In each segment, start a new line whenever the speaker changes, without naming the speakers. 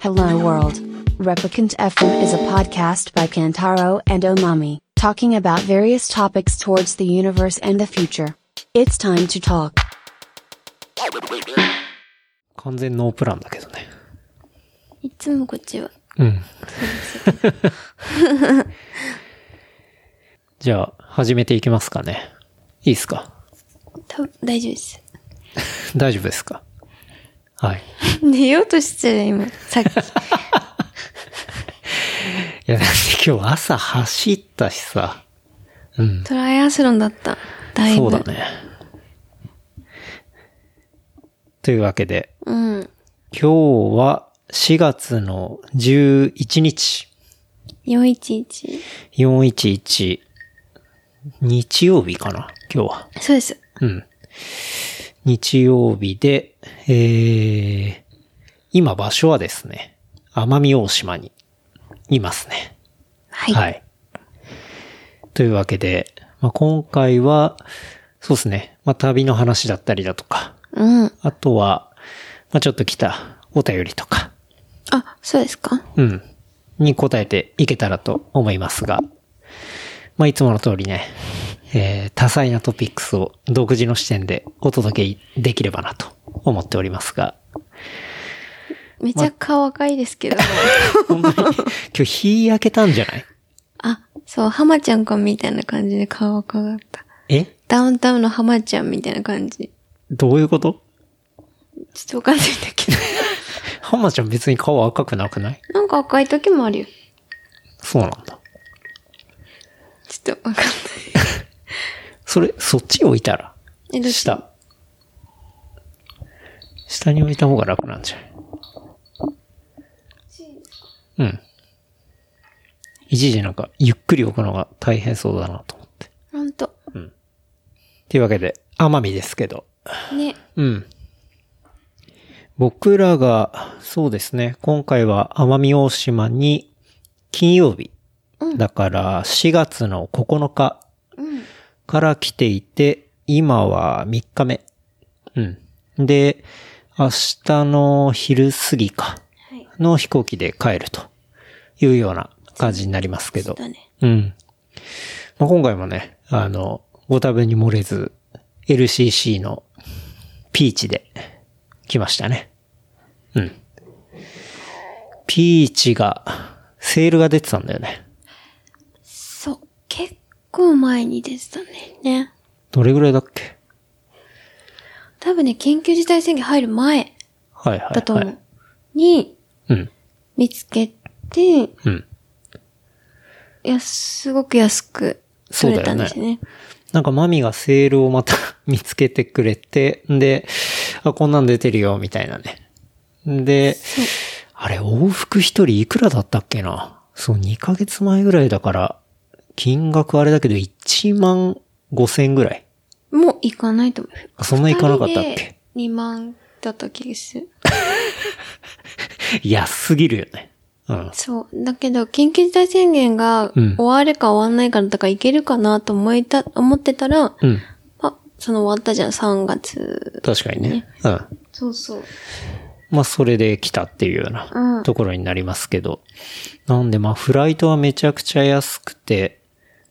Hello World. Replicant FM is a podcast by Kantaro and Omami, talking about various topics towards the universe and the future. It's time to talk.
完全ノープランだけどね。
いつもこっちは。
うん。じゃあ、始めていきますかね。いいですか
た大丈夫です。
大丈夫ですかはい。
寝ようとしてたよ、今。さっき。
いや、だって今日朝走ったしさ。うん。
トライアスロンだった。だいぶ。
そうだ。ね。というわけで、
うん。
今日は4月の11日、
411。
411、日曜日かな今日は。
そうです。
うん。日曜日で、えー、今場所はですね、奄美大島にいますね。
はい。
はい。というわけで、まあ、今回は、そうですね、まあ、旅の話だったりだとか、
うん。
あとは、まあ、ちょっと来たお便りとか、
あ、そうですか
うん、に答えていけたらと思いますが、まあ、いつもの通りね、えー多彩なトピックスを独自の視点でお届けできればなと思っておりますが、
めちゃ顔赤いですけど。
本当に今日日焼けたんじゃない
あ、そう、浜ちゃんかみたいな感じで顔赤かった。
え
ダウンタウンの浜ちゃんみたいな感じ。
どういうこと
ちょっとわ かんないんだけど。
ハマちゃん別に顔赤くなくない
なんか赤い時もあるよ。
そうなんだ。
ちょっとわかんない。
それ、そっち置いたら
え、どっち
下。下に置いた方が楽なんじゃないうん。一時なんか、ゆっくり置くのが大変そうだなと思って。っ
ほんと。
ていうわけで、奄美ですけど。
ね。
うん。僕らが、そうですね、今回は奄美大島に金曜日、だから4月の9日
うん。
から来ていて、今は3日目。うん。で、明日の昼過ぎか
はい。
の飛行機で帰るというような感じになりますけど。
だね。
うん。まあ、今回もね、あの、ご多分に漏れず、LCC のピーチで来ましたね。うん。ピーチが、セールが出てたんだよね。
そう。結構前に出てたね。ね。
どれぐらいだっけ
多分ね、緊急事態宣言入る前
はいはい、はい。
だと思う。に、
うん。
見つけて、い
うん。
や、すごく安く取れたんですね。
なんかマミがセールをまた 見つけてくれて、で、あ、こんなん出てるよ、みたいなね。で、あれ、往復一人いくらだったっけなそう、2ヶ月前ぐらいだから、金額あれだけど1万5千ぐらい。
もう行かないと思う。
あそんな行かなかったっ
二人
け
で ?2 万だった気がする。
安すぎるよね。うん。
そう。だけど、緊急事態宣言が
うん
終わるか終わんないかだから行けるかなと思いた、思ってたら、
うん。
あ、その終わったじゃん、3月。
確かにね。うん。
そうそう。
まあ、それで来たっていうよう
う
なんところになりますけど。なんで、まあ、フライトはめちゃくちゃ安くて、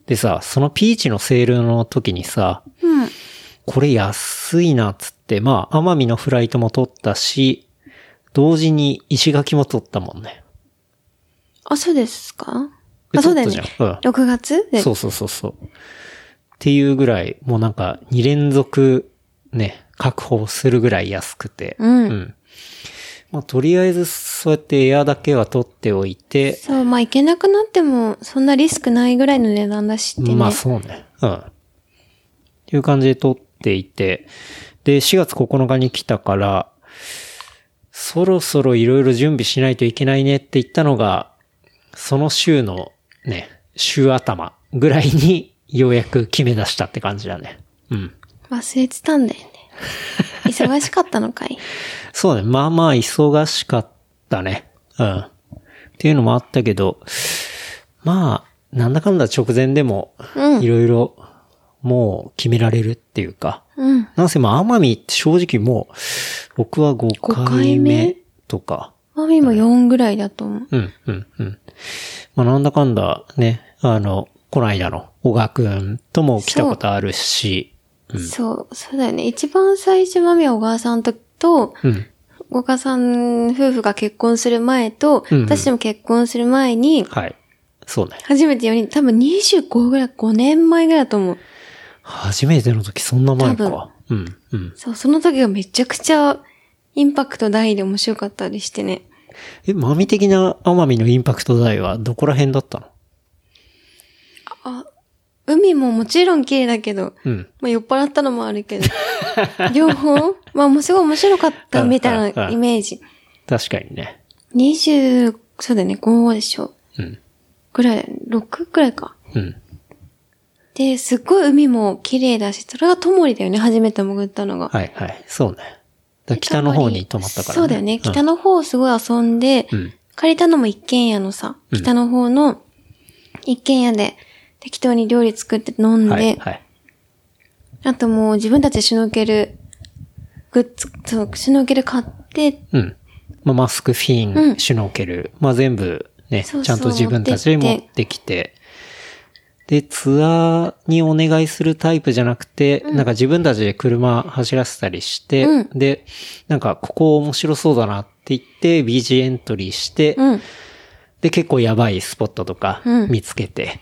でさ、そのピーチのセールの時にさ、
Hmm.
うん。
これ安いなっつって、まあ、奄美のフライトも取ったし、同時に石垣も取ったもんね。
あ、そうですか
え
あ、そうだよ
ちょ
ね
っ。とじゃんうん
6月で
そうそうそうそう。っていうぐらい、もうなんか2連続ね、確保するぐらい安くて。
うん
まあ、とりあえず、そうやってエアだけは取っておいて、
そう、まあ行けなくなっても、そんなリスクないぐらいの値段だしってね。
まあそうね。うん。っていう感じで撮っていて、で、4月9日に来たから、そろそろいろいろ準備しないといけないねって言ったのが、その週のね、週頭ぐらいにようやく決め出したって感じだね。うん。
忘れてたんだよ ね。忙しかったのかい。
そうね。まあまあ忙しかったね。うん。っていうのもあったけど、まあ、なんだかんだ直前でも、
う
いろいろ、もう決められるっていうか。
うん。
なんせまあ、奄美って正直もう、僕は5
5回
回目
目
とか、
マミも4ぐらいだと思う。
うん、うん、うん。まあ、なんだかんだ、ね、あの、こないだの小川くんとも来たことあるし、
そう、そうだよね。一番最初マミは小川さんと、と、
うん、
小川さん夫婦が結婚する前と、
うんうん
私でも結婚する前に、
はい。そうね。
初めて4人、多分25ぐらい、5年前ぐらいだと思う。
初めての時そんな前か
多。
うん、うん。
そう、その時がめちゃくちゃインパクト大で面白かったりしてね。
え、マミ的な奄美のインパクト大はどこら辺だったの
海ももちろん綺麗だけど、
うん。
まあ酔っ払ったのもあるけど、 両方まあもうすごい面白かったみたいなイメージ。
確かにね。
20、そうだよね、5でしょ。
うん。
ぐらいだよね、6ぐらいか。
うん。
で、すっごい海も綺麗だし、それがトモリだよね、初めて潜ったのが。
はい、はい。そうね。だ北の方に泊まったから、ね。
そうだよね、北
の。
の方をすごい遊んで、
うん。
借りたのも一軒家のさ、
うん
北の方の一軒家で適当に料理作って飲んで、
はい、はい。
あともう自分たちでシュノーケルグッズ、そう、シュノーケル買って、
うん。まあ、マスク、フィン、
うん
シュノーケル、まあ、全部ね、
そうそう
ちゃんと自分たちで
持って
持
きて
ってきて、で、ツアーにお願いするタイプじゃなくて、なんか自分たちで車走らせたりして、
うん
で、なんかここ面白そうだなって言って、BG エントリーして、
うん。
で、結構やばいスポットとか
うん
見つけて、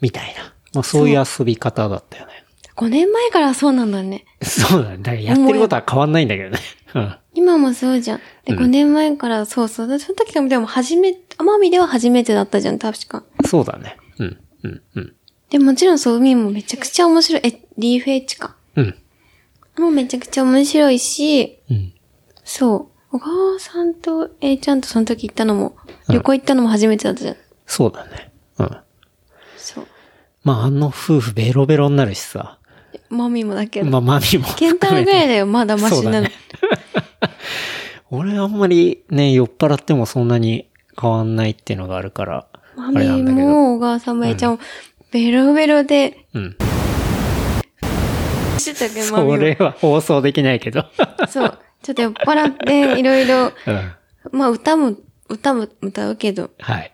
みたいな。まあ、そういう遊び方だったよね。
5年前からそうなんだね。
そうだね。だからやってることは変わんないんだけどね。うん。
今もそうじゃん。で、5年前から、そうそう。でその時でも、でも初め、奄美では初めてだったじゃん、確か。
そうだね。うん、うん、うん。
で、もちろんそう、海もめちゃくちゃ面白い。え、リーフエッジか。
うん、
もうめちゃくちゃ面白いし、
うん。
そう。小川さんと A ちゃんとその時行ったのも、旅行行ったのも初めてだったじゃん。
そうだね。うん。
そう。
まあ、あの夫婦ベロベロになるしさ。
マミもだけど。
まあ、マミも
ケンタロ
含め
ぐ
て。
らいだよ、まだマシ
そう
な
だ
の
ね。俺あんまりね、酔っ払ってもそんなに変わんないっていうのがあるから。
マ
あれな
ミ
んだけど。
も小川さんも A ちゃんも、ベロベロで、
うん。
してたけど、マミ
それ
も。
は放送できないけど。
そう。ちょっと酔っ払って、いろいろ、
うん。
まあ歌も、歌も歌うけど、
はい。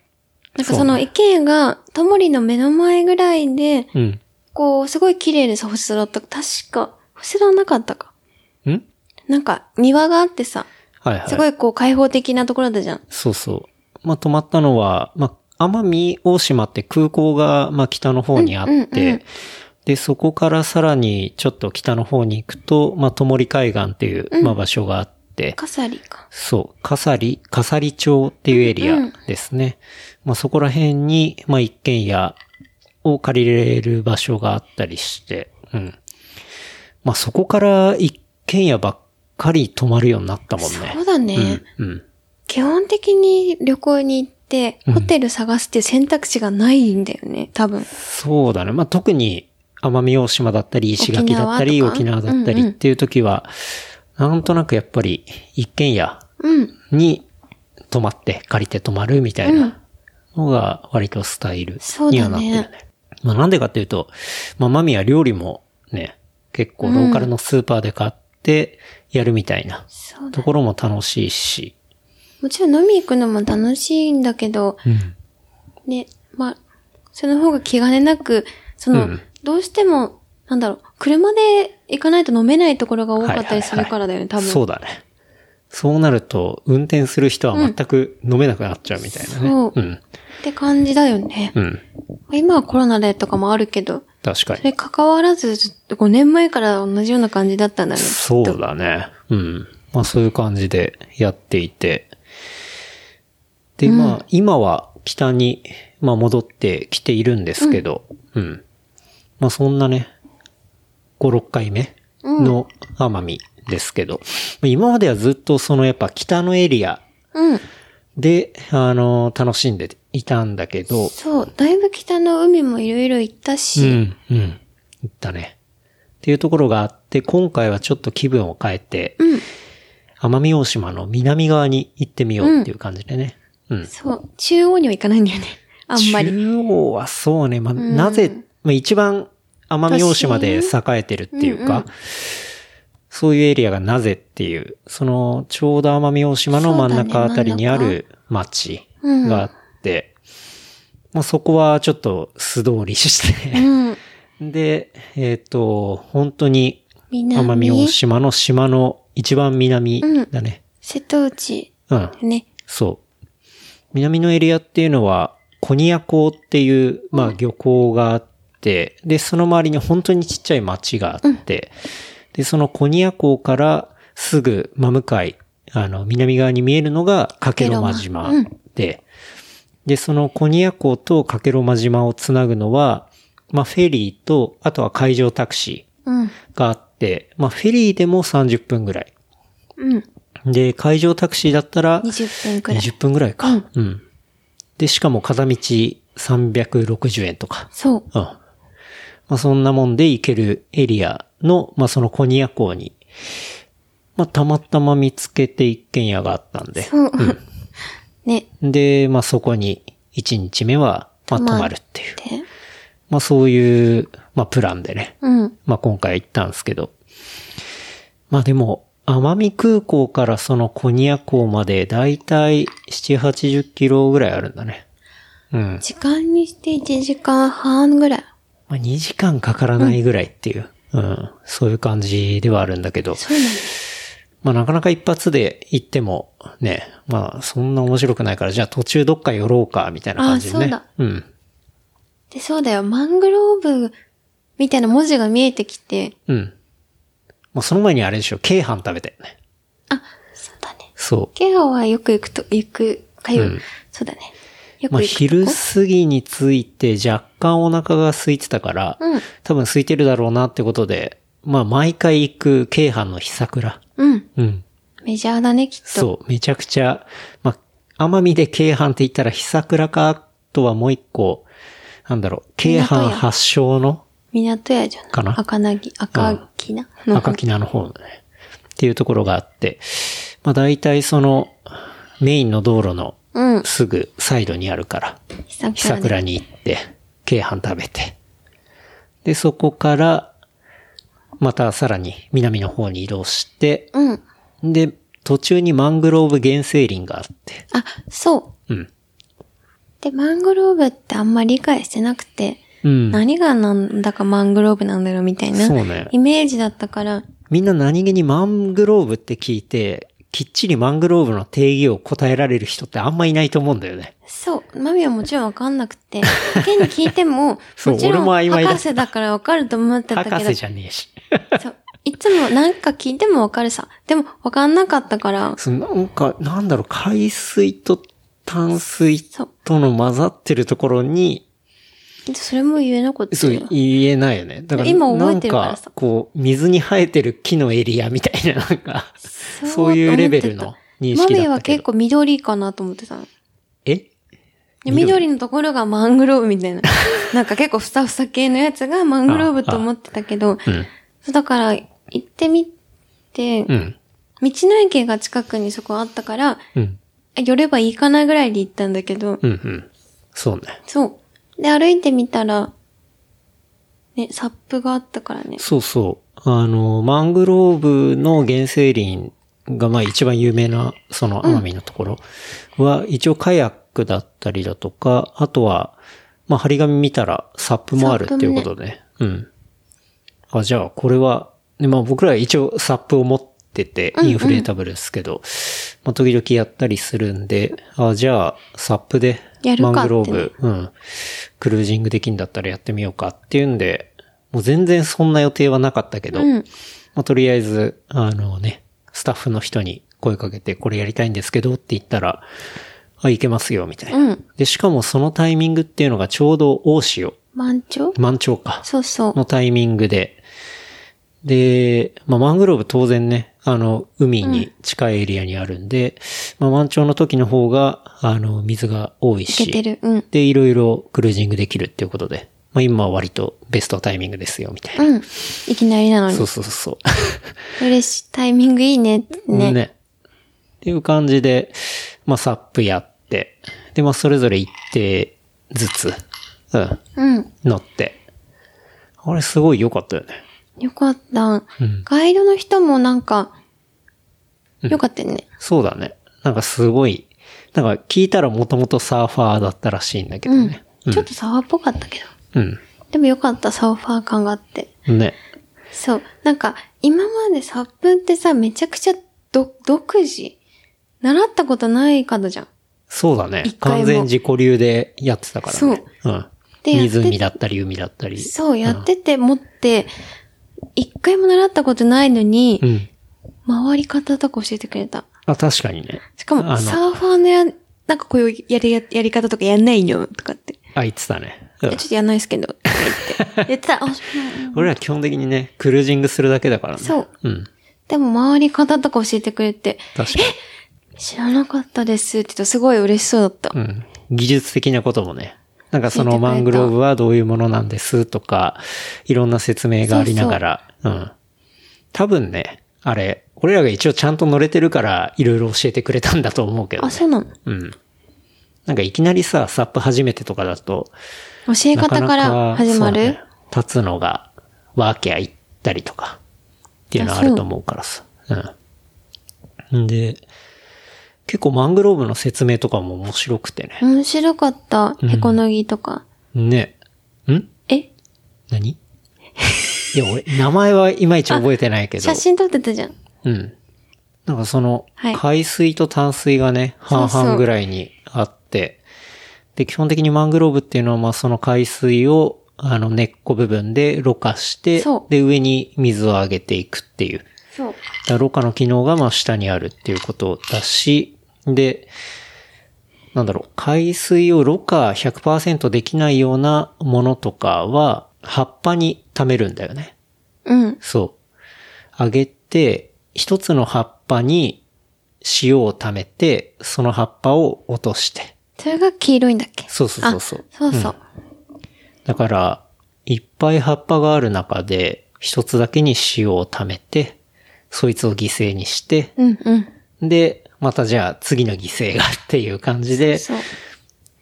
なんかその意見が、タモリの目の前ぐらいで、
うん。
こう、すごい綺麗でさ、星空だった。確か、星空なかったか。
ん
なんか、庭があってさ、
はいはい。
すごいこう開放的なところだじゃん。
そうそう。まあ、泊まったのは、まあ、奄美大島って空港が、まあ、北の方にあって、
うんうんうん
で、そこからさらにちょっと北の方に行くと、まあ、ともり海岸っていう、まあ、場所があって、
カサリか。
そう、カサリ、カサリ町っていうエリアですね。まあ、そこら辺に、まあ、一軒家を借りれる場所があったりして、うん。まあ、そこから一軒家ばっかり泊まるようになったもんね。
そうだね。
うん、うん。
基本的に旅行に行って、ホテル探すっていう選択肢がないんだよね、多分。
そうだね。まあ、特に奄美大島だったり、石垣だったり、沖
沖
縄
縄
だった
う
り
んう
っ
ん
ていう時は、なんとなくやっぱり一軒家
うん。
に泊まって、借りて泊まるみたいなのが割とスタイルにはなってるね。
そうだ
まあ、なんでかっていうと、まあ、マミは料理もね、結構ローカルのスーパーで買ってやるみたいな
そうだ。
ところも楽しいし、
もちろん飲み行くのも楽しいんだけど、
うん。
ね、まあ、その方が気兼ねなく、その、
うん
どうしても、なんだろう、車で行かないと飲めないところが多かったりするからだよね、多分。。
そううだね。そうなると、運転する人は全く飲めなくなっちゃうみたいなね。
そう
うん。
って感じだよね。
うん。
今はコロナでとかもあるけど、
確か
それ
に。
関わらず、ずっと5年前から同じような感じだったんだね。
そうだね。うん。まあそういう感じでやっていて。で、まあ、今は北に、まあ戻ってきているんですけど、うん。まあそんなね、5、6回目の奄美ですけど、まあ今まではずっとそのやっぱ北のエリア
うん。
で、あの、楽しんでいたんだけど、
そう。だいぶ北の海もいろいろ行った
う
し、
ん、うん。いったね。っていうところがあって、今回はちょっと気分を変えて、
うん
奄美大島の南側に行ってみようっていう感じでね。うん。
そう。中央には行かないんだ よね。あんまり。
中央はそうね、まあ、なぜ、まあ、一番奄美大島で栄えてるっていうか、そういうエリアがなぜっていう、その、ちょうど奄美大島の真ん中あたりにある町があって、まあそこはちょっと素通りして、
うん。
で、えっ、と、本当に、
南
奄美大島の島の一番南だね。
瀬戸内。
うん。
ね。
そう。南のエリアっていうのは、コニア港っていう、まあ漁港があって、で、その周りに本当にちっちゃい町があって、で、そのコニア港からすぐ真向かい、あの、南側に見えるのが加計呂間島で、で、そのコニア港と加計呂間島をつなぐのは、まあフェリーと、あとは海上タクシ
うん。
ーがあって、まあフェリーでも30分ぐらい。
うん。
で、海上タクシーだったら、
20分くらい。
20分ぐらいか。うん。で、しかも片道360円とか。
そう。
うん。まあ、そんなもんで行けるエリアの、まあ、そのコニア港に、まあ、たまたま見つけて一軒家があったんで。
そう。ね。
で、まあ、そこに1日目は、まあ、
泊
泊
まる
まるっていう。
で、
まあ、そういう、まあ、プランでね。
うん。
まあ、今回行ったんですけど。まあでも、奄美空港からそのコニア港までだいたい7、80キロぐらいあるんだね。うん。
時間にして1時間半ぐらい。
まあ、2時間かからないぐらいっていう、うん、そういう感じではあるんだけど。
そうなんだ。
まあなかなか一発で行ってもね、まあそんな面白くないから、じゃあ途中どっか寄ろうか、みたいな感じでね。
あそうだ
うん。
で、そうだよ。マングローブみたいな文字が見えてきて。
うん。まあその前にあれでしょ、京阪食べてね。
あ、そうだね。
そう。
ケアはよく行くと、行く、通う。そうだね。よ
まあ、
く行くとこ。
昼過ぎについて若干お腹が空いてたから、
うん
多分空いてるだろうなってことで、まあ毎回行く京阪の日桜。
うん。
うん。
メジャーだね、きっと。
そう、めちゃくちゃ、まあ、奄美で京阪って言ったら日桜か、あとはもう一個、なんだろう、京
港
阪
屋
発祥の
港屋じゃない
かな
赤なぎ、赤きな、の
赤木菜の方だね。っていうところがあって、まあ大体そのメインの道路の
うん。
すぐサイドにあるから、
久
日桜
に。
に行って、京阪食べて。で、そこから、またさらに南の方に移動して、
うん。
で、途中にマングローブ原生林があって、
あ、そう。
うん。
で、マングローブってあんま理解してなくて、
うん。
何がなんだかマングローブなんだろうみたいな
そうね
イメージだったから、
みんな何気にマングローブって聞いて、きっちりマングローブの定義を答えられる人ってあんまいないと思うんだよね。
そう、マミはもちろんわかんな くて、ケンに聞いても、
そう
もちろん
俺も曖昧だ
博士だからわかると思ってた けど
博士、じゃねえし。
そういつもなんか聞いてもわかるさ。でもわかんなかったから、
そうなんか、なんだろう、海水と淡水
そう
との混ざってるところに、
それも言えなかった
そう
よ。
言えないよね。だから、
今覚えてるか
なん
らさ
か、こう、水に生えてる木のエリアみたいな、なんか、
そう
そういうレベルの認識だったけど。
マミは結構緑かなと思ってたの。
え
で
緑
緑のところがマングローブみた いな。なんか結構ふさふさ系のやつがマングローブと思ってたけ
う
ど、
ん。
そうだから行ってみて、
う
道
ん。
の駅が近くにそこあったから、
うん。
寄ればいいかなぐらいで行ったんだけど、
うん。うん。そうね。
そう。で、歩いてみたら、ね、サップがあったからね。
そうそう。あの、マングローブの原生林が、まあ一番有名な、その、奄美のところは、一応カヤックだったりだとか、あとは、まあ張り紙見たらサップもあるっていうことで、うん。あ、じゃあこれは、でまあ僕らは一応サップを持ってて、インフレータブルですけど、まあ時々やったりするんで、あ、じゃあサップで
や、るか
マン
って
グローブ、うん。クルージングできんだったらやってみようかっていうんで、もう全然そんな予定はなかったけど、
うん。
まあ、とりあえず、あのね、スタッフの人に声かけて、これやりたいんですけどって言ったら、あ、いけますよ、みたいな。
うん
で、しかもそのタイミングっていうのがちょうど大潮、
満潮
満潮か、
そうそう。
のタイミングで、で、まあ、マングローブ当然ね、あの、海に近いエリアにあるんで、まあ、満潮の時の方が、あの、水が多い
いけ
し、
てる。うん。
で、いろいろクルージングできるっていうことで、まあ、今は割とベストタイミングですよ、みたいな。
うん。いきなりなの
そ
に
う。そうそうそう。
嬉しい。タイミングいいねってね。
っていう感じで、まあ、サップやって、で、まあ、それぞれ一定ずつ、うん、
うん。
乗って。あれ、すごい良かったよね。
よかった。
うん。
ガイドの人もなんか、
うん
よかったよね。
そうだね。なんかすごい、なんか聞いたらもともとサーファーだったらしいんだけど
うん
ね。。うん
ちょっとサワーっぽかったけ
う
ど。
ん。
でもよかった、サーファー感があって。
ね。
そう。なんか、今までサップってさ、めちゃくちゃど、独自習ったことない方じゃん。
そうだね
一。回も
完全自己流でやってたからね。う
そう。
ん。
でやって
湖だったり海だったり。
そう、やってて、持って、一回も習ったことないのに、
うん。
回り方とか教えてくれた。
あ、確かにね。
しか
あの
も、サーファーのや、なんかこういうやりや、やり方とかやんないよ、とかって。い
あ、言ってたね。うん
やちょっとやんないですけど、とか言って。言ってた。あ、そうなんだ
俺ら基本的にね、クルージングするだけだからね。
そう。
うん。
でも、回り方とか教えてくれて、
確かに。
知らなかったですって言ったらすごい嬉しそうだった。
うん。技術的なこともね。なんかその
教えてくれ
マ
た
ングローブはどういうものなんですとか、いろんな説明がありながら。うん。多分ね、あれ、俺らが一応ちゃんと乗れてるから、いろいろ教えてくれたんだと思うけど、
あ、
ね。
そうなの
うん。なんかいきなりさ、サップ初めてとかだと、
教え
な
方から始ま
か
る
なかそうね立つのが、ワーキャー行ったりとか、っていうのはあると思うからさ。うん。んで、結構マングローブの説明とかも面白くてね。
面白かった。
ん
へこのぎとか。
ね。ん
え
何いや、俺、名前はいまいち覚えてないけど。
写真撮ってたじゃん。
うん。なんかその
はい、
海水と淡水がね、
そう
半
そう
々ぐらいにあって、で、基本的にマングローブっていうのは、まあその海水を、あの根っこ部分でろ過して
そ、う
で、上に水を上げていくっていう。
そ
だ
う。
からろ過の機能がまあ下にあるっていうことだし、で、なんだろう、海水をろ過100%できないようなものとかは、葉っぱに溜めるんだよね。
うん。
そう。あげて、一つの葉っぱに塩を溜めて、その葉っぱを落として。
それが黄色いんだっけ
そうそうそうそう。
あそうそう。
だから、いっぱい葉っぱがある中で、一つだけに塩を溜めて、そいつを犠牲にして、
うん、うん。
で、またじゃあ次の犠牲がっていう感じで、
そう。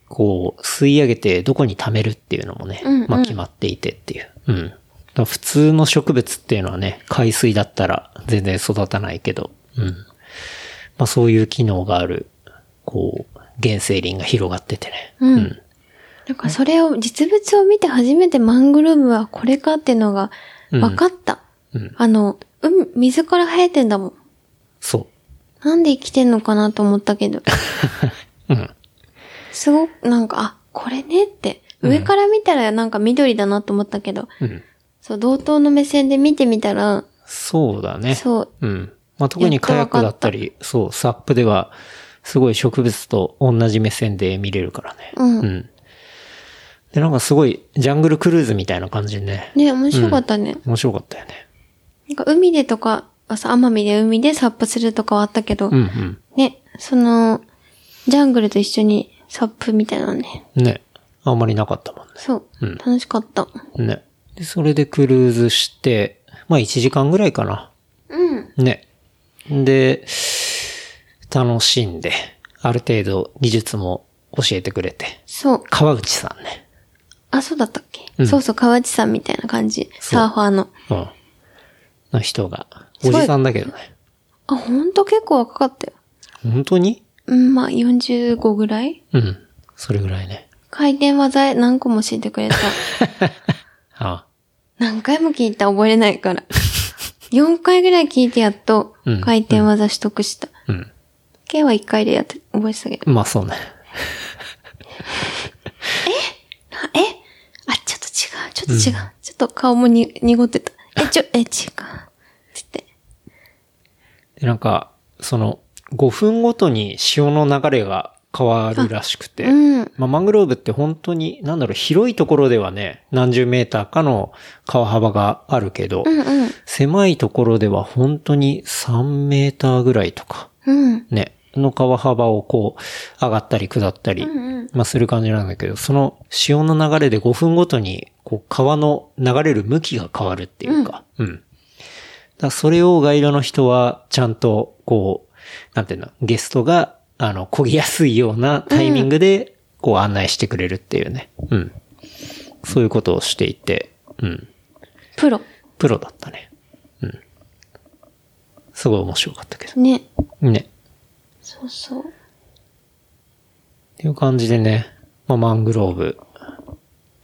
こう、吸い上げてどこに溜めるっていうのもね、
うんうん
まあ決まっていてっていう。うん。だから普通の植物っていうのはね、海水だったら全然育たないけど、うん。まあそういう機能がある、こう、原生林が広がっててね。
うんなんかそれを、実物を見て初めてマングローブはこれかっていうのが分かった。
うん
あの、海、水から生えてんだもん。
そ
なんで生きてんのかなと思った けど。
う。うん。
すごく、なんか、あ、これねって。上から見たらなんか緑だなと思ったけど、
うん。
そう、同等の目線で見てみたら、
そうだね。
そう、
うん。まあ、特に
やっと
カヤッ
わ
ク
かった
だったり、そう、サップでは、すごい植物と同じ目線で見れるからね。
うん
で、なんかすごい、ジャングルクルーズみたいな感じでね。
ね、面白かったね。
面白かったよね。
なんか海でとかはさ、奄美で海でサップするとかはあったけど、
うんうん。
ね、その、ジャングルと一緒にサップみたいなのね。
ね。あんまりなかったもん
そう、
うん
楽しかった。
ね。ね。で、それでクルーズして、まあ、1時間ぐらいかな。
うん。
ね。で、楽しんで、ある程度技術も教えてくれて。
そう。
川内さんね。
あ、そうだったっけ、
うん
そうそう、河内さんみたいな感じ。
そう
サーファーの。
うん。の人が。お
すごい
じさんだけどね。
あ、ほんと結構若かったよ。
本当に
うん、まあ、45ぐらい
うん。それぐらいね。
回転技何個も教えてく れた。
あ
何回も聞いた、覚えれないから。4回ぐらい聞いてやっと
うん、
回転技取得した。
あうん。
K は1回でやって、覚えてたけど。
まあそうね。
あえあ、ちょっと違う、ちょっと違う。ちょっと顔もに濁ってた。え、ちょ、え、違う。つって。
で、なんか、その、5分ごとに潮の流れが変わるらしくて。
うん。
まあ、マングローブって本当に、なんだろう、広いところではね、何十メーターかの川幅があるけど、
うんうん。
狭いところでは本当に3メーターぐらいとか、
うん。
ね、の川幅をこう、上がったり下ったり、
うんうん
まあする感じなんだけど、その潮の流れで5分ごとに、こう、川の流れる向きが変わるっていうか、うん。だからそれをガイドの人は、ちゃんと、こう、なんていうの、ゲストが、あの、漕ぎやすいようなタイミングで、こう案内してくれるっていうね、うん。そういうことをしていて、うん。
プロ。
プロだったね。うん。すごい面白かったけど。
ね。
ね。
そうそう。
っていう感じでね、まあ、マングローブ、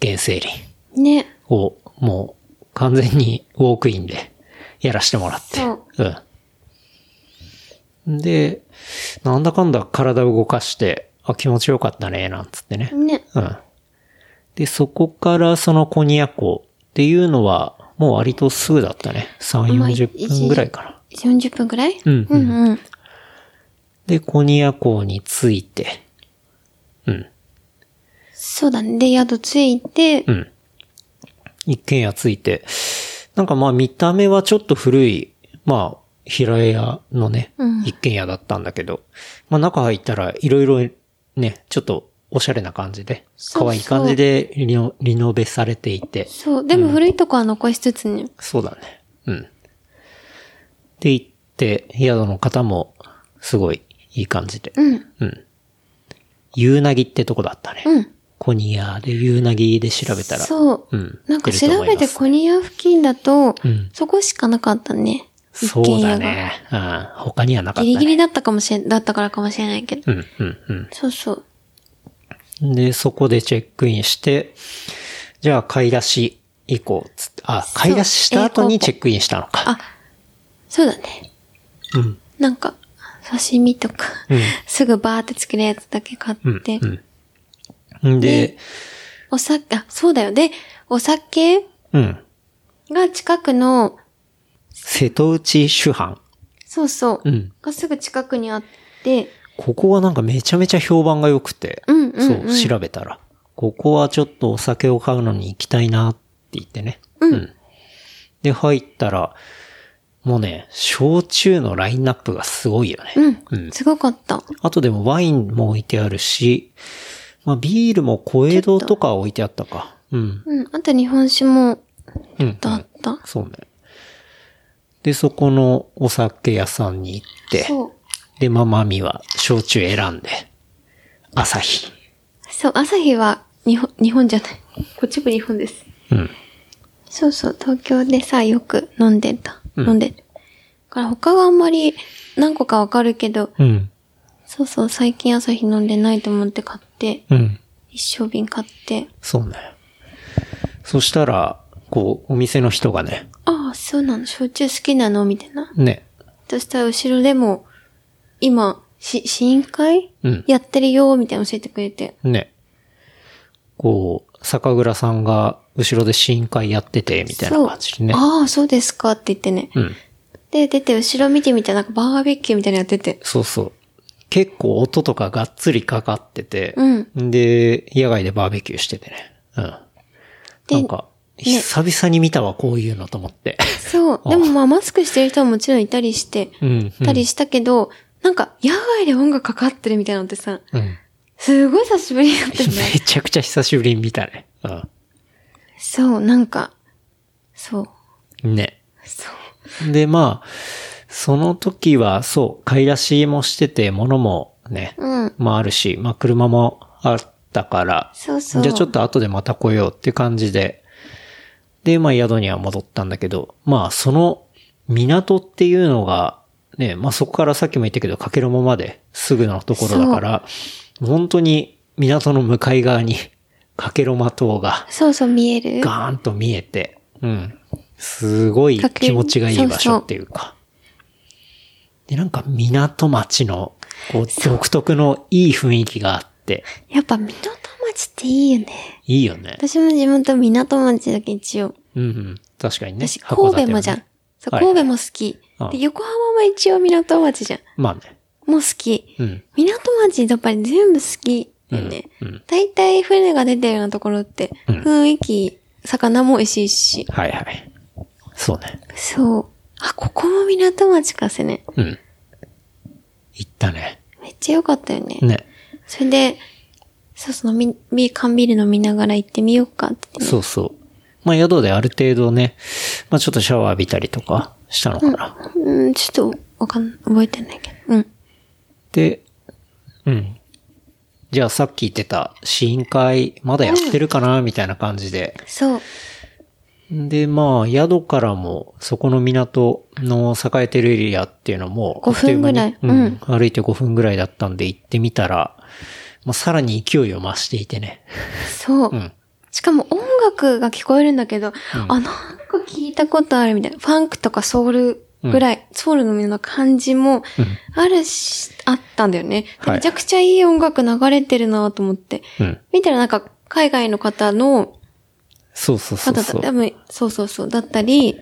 原生林
ね。
を、もう、完全にウォークインでやらしてもらって。
そう
うん。で、なんだかんだ体を動かして、あ、気持ちよかったね、なんつってね。
ね。
うん。で、そこからそのコニア湖っていうのは、もう割とすぐだったね。3、
まあ
40分ぐらいかな。
40分くらい
うん
うんうん。
で、コニア湖に着いて、うん、
そうだね。で、宿着いて
う、ん。一軒家着いて、なんかまあ見た目はちょっと古い、まあ、平屋のね
うん、
一軒家だったんだけど、まあ中入ったらいろいろね、ちょっとおしゃれな感じで、
そうそう
可愛い感じでリノリノベされていて、
そう。でも古いとこは残しつつね。
そうだね。うん。で、行って、宿の方も、すごい、いい感じで。
うん。
うん。夕凪ってとこだったね。
うん。
コニアで夕凪で調べたら。う。
そう。
ん。
なんか
出
調
ると思
べ
いま
て
す
コニア付近だと
うん、
そこしかなかったね。
そうだ
一軒家が。
ね。うん。他にはなかった、
ギ
ね。
リギリだったかもしれ、だったからかもしれないけど。
うん、うん、うん。
そうそう。
で、そこでチェックインして、じゃあ買い出し行こうっつって、あ、買い出しした後にチェックインしたのか。
あ、そうだね。
うん。
なんか、刺身とか、
うん。
すぐバーって作るやつだけ買
うん
っ。て、
うん。で
で、お酒、あ、そうだよ。で、お酒
うん。
が近くの、
瀬戸内主犯。
そうそう、
うん。
がすぐ近くにあって、
ここはなんかめちゃめちゃ評判が良くて、
うんうんうん
そう、調べたら。ここはちょっとお酒を買うのに行きたいなって言ってね。
うん
で、入ったら、もうね、焼酎のラインナップがすごいよね。
うん、
うん
すごかった。
あとでもワインも置いてあるし、まあビールも小江戸とか置いてあったか。うん。
うん、あと日本酒も、
うん、うん。
だった。
そうね。で、そこのお酒屋さんに行って、
そう。
で、まあ、マミは焼酎選んで、朝日。
そう、朝日は日本、日本じゃない。こっちも日本です。
うん。
そうそう、東京でさ、よく飲んでた。
うん
飲んでる。だから他はあんまり何個かわかるけど、
うん。
そうそう、最近朝日飲んでないと思って買って、
うん。
一生瓶買って、
そうね。そしたら、こう、お店の人がね、
ああ、そうなの、焼酎好きなのみたいな。
ね。
そしたら後ろでも、今、し、試飲会、
うん
やってるよ、みたいなの教えてくれて。
ね。こう、酒蔵さんが後ろで試飲会やってて、みたいな感じでね。
ああ、そうですかって言ってね。
うん。
で、出て後ろ見てみたらなんかバーベキューみたいなのやってて。
そうそう。結構音とかがっつりかかってて、
うん
で、野外でバーベキューしててね。うん。
で
なんか、久々に見たわ、こういうのと思って。
そう。でもまあマスクしてる人はもちろんいたりして、
うん。
いたりしたけど、なんか野外で音楽かかってるみたいなのってさ、
うん。
すごい久しぶりだったよね。
めちゃくちゃ久しぶりに見たね。
そう、なんか、そう、
うん。ね。
そう。
で、まあ、その時は、そう、買い出しもしてて、物もね、
うん。
まああるし、まあ車もあったから、
そうそう。
じゃあちょっと後でまた来ようって感じで、で、まあ宿には戻ったんだけど、まあその港っていうのが、ね、まあそこからさっきも言ったけど、かけろままですぐのところだから、本当に港の向かい側に かけろま島が
そうそう、見える。
ガーンと見えて、うん。すごい気持ちがいい場所っていうか。で、なんか港町の、こう、独特のいい雰囲気があって、
やっぱ港町っていいよね。
いいよね。
私も地元港町だけ一応。
うんうん。確かにね。函
私、
館はね
神戸もじゃん。そう、
はい
神戸も好き。
ああ
で、横浜も一応港町じゃん。
まあね。
もう好き。
うん。
港町やっぱり全部好きだよね。
うんうん
大体船が出てるようなところって、
うん
雰囲気、魚も美味しいし。
はいはい。そうね。
そう。あ、ここも港町かせね。
うん。行ったね。
めっちゃ良かったよね。
ね。
それで、そうそう、み、み、缶ビール飲みながら行ってみようかって言ってね、
そうそう。まあ宿である程度ね、まあちょっとシャワー浴びたりとかしたのかな。
うん、ちょっと、わかん、覚えてないけど。うん。
で、うん。じゃあさっき言ってた試飲会、まだやってるかなみたいな感じで。
そう。
で、まあ、宿からも、そこの港の栄えてるエリアっていうのも、
5分ぐらい
あっとう間に
う
うんん。歩いて5分ぐらいだったんで行ってみたら、まあ、さらに勢いを増していてね。
そう。
うん。
しかも音楽が聞こえるんだけど、あ、なんか聞いたことあるみたいな。ファンクとかソウルぐらい、ソウルのみの感じもあるし、あったんだよね。で
はい
めちゃくちゃいい音楽流れてるなと思って。
うん。
見たらなんか、海外の方の
そうそうそう
方だ、
そう。
多分、そうそうそう、だったり、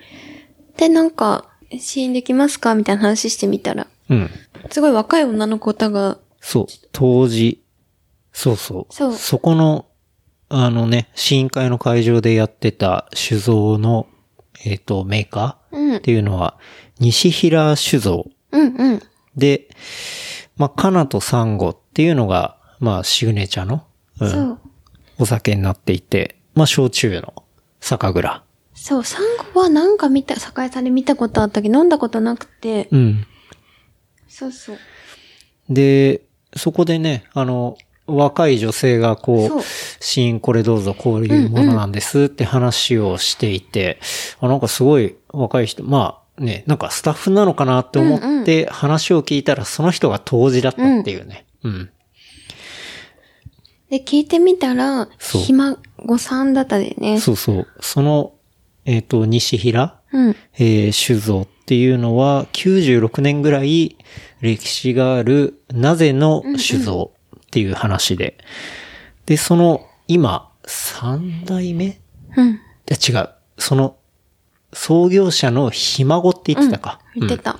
で、なんか、支援できますかみたいな話してみたら、
うん。
すごい若い女の子たが、
そう。当時、そうそう。
そう
この、あのね、試飲会の会場でやってた酒造の、えっ、と、メーカ
うん、う
ーっ
ん、
ていうのは、西平酒造
うん、
で、まあ、カナとサンゴっていうのが、まあ、シグネチャーの、う
そ
ん、
う。
お酒になっていて、まあ、焼酎の酒蔵。
そう、産後はなんか見た、酒屋さんで見たことあったけど、飲んだことなくて、
うん。
そうそう。
で、そこでね、あの、若い女性がこ
そう
う、シーンこれどうぞこういうものなんですって話をしていて、あなんかすごい若い人、まあね、なんかスタッフなのかなって思って話を聞いたらその人が当時だったっていうね。うん。
で、聞いてみたら、
そう
ひまごさんだったでね。
そうそう。その、えっ、と、西平、
うん、
えー酒造っていうのは96年ぐらい歴史があるなぜの酒造っていう話で。で、その今3代目い
うん、
や違う。その創業者のひ孫って言ってたか。
言っ
う
て
ん
た。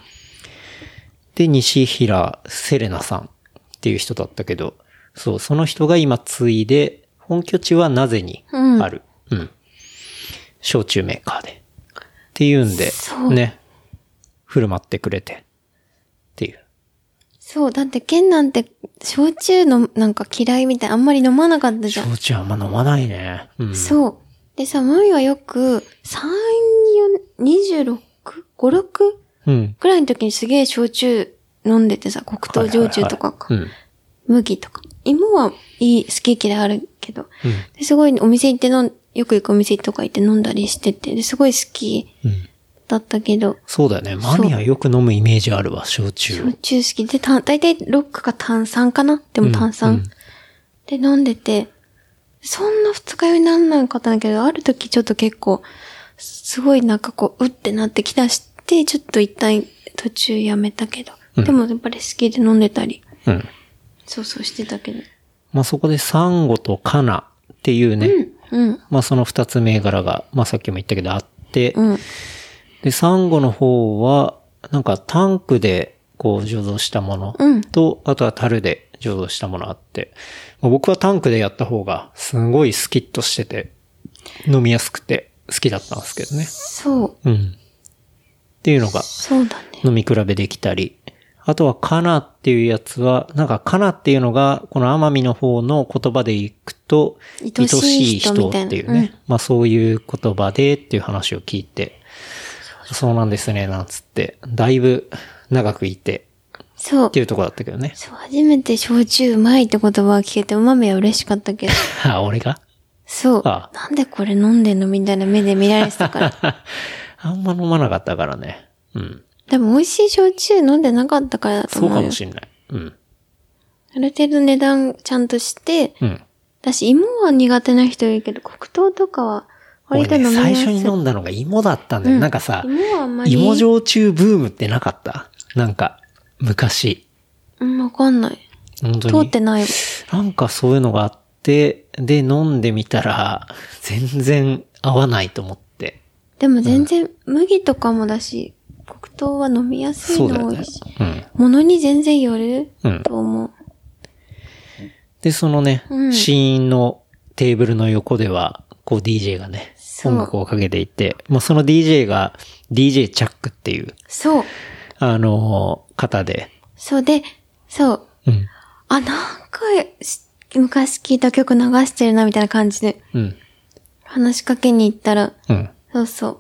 で、西平セレナさんっていう人だったけど、そう、その人が今継いで、本拠地はなぜにある。うん。焼酎メーカーで。っていうんで
そう、
ね。振る舞ってくれて。っていう。
そう、だって、ケンなんて、焼酎のなんか嫌いみたい、あんまり飲まなかったじゃん。
焼酎あんま飲まないね。うん。
そう。でさ、マミはよく、3、4、26、5、6
うん。
ぐらいの時にすげえ焼酎飲んでてさ、黒糖焼酎とかか、
うん。
麦とか。芋はいい、好き嫌いあるけど。ですごいお店行って飲ん、よく行くお店とか行って飲んだりしてて、ですごい好き
うん。
だったけど、
そうだよね。マミはよく飲むイメージあるわ、焼酎を
焼。酎好きで、た大体ロックか炭酸かなでも炭酸、
うん
で飲んでて、そんな二日酔いになんなかったんだけど、ある時ちょっと結構、すごいなんかこう、うってなってきだして、ちょっと一旦途中やめたけど。
うん
でもやっぱり好きで飲んでたり、
うん。
そうそうしてたけど。
まあ、そこでサンゴとカナっていうね。
うん、
まあ、その二つ銘柄が、まあ、さっきも言ったけどあって、
うん、
で、サンゴの方は、なんかタンクで、こう、醸造したもの
うん
と、あとは樽で醸造したものあって、まあ僕はタンクでやった方が、すごいスキッとしてて、飲みやすくて好きだったんですけどね。
そう、
うん。っていうのが、
そうだね。
飲み比べできたり、あとはカナっていうやつは、なんかカナっていうのが、この奄美の方の言葉でいくと、
愛しい人みた
愛し
いな
っていうね。まあそういう言葉でっていう話を聞いて、そうなんですね、なんつって、だいぶ長くいて
そう
って。いうところだったけどね。
そう、初めて焼酎うまいって言葉を聞けて、お豆は嬉しかったけど。
あ、俺が
そう。
あ
なんでこれ飲んでんのみたいな目で見られてたから。
あんま飲まなかったからね。うん。
でも美味しい焼酎飲んでなかったからだと
そ
思
う
う
か
よ
もしんない。うん。
ある程度値段ちゃんとして、
うん。
私芋は苦手な人いるけど、黒糖とかは割と
俺
飲
ね、
みや
最
すい。
初に飲んだのが芋だったんだよ。
うん
なんかさ、
芋はあんまり。
芋焼酎ブームってなかったなんか、昔。
うん、わかんない。
本当
通っ
に
て。ない。
なんかそういうのがあって、で、飲んでみたら、全然合わないと思って。
でも全然、麦とかもだし、黒糖は飲みやすい
そうだ
の
よ
多い
ね
し。。
うん。
ものに全然よる
うん
と思う。
で、そのね、
うん
死因のテーブルの横では、こう DJ がね、
そう
音楽をかけていて、まあその DJ が DJ チャックっていう、
そう。
あのー方で、
そうで、そう。
うん。
あ、なんか、し昔聞いた曲流してるな、みたいな感じで、
うん。
話しかけに行ったら、
うん。
そうそう。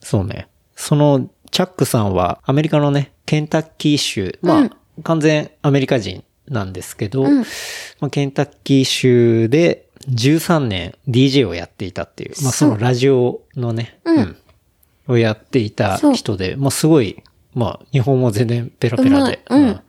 そうね。その、チャックさんは、アメリカのね、ケンタッキー州、まあ、
うん
完全アメリカ人なんですけど、
ん
まあ、ケンタッキー州で、 13年 DJ をやっていたっていう、まあ
そ
そうのラジオのね、
うん
をやっていた
そう
人で、まあすごい、まあ日本も全然ペラペラで、
うまいうん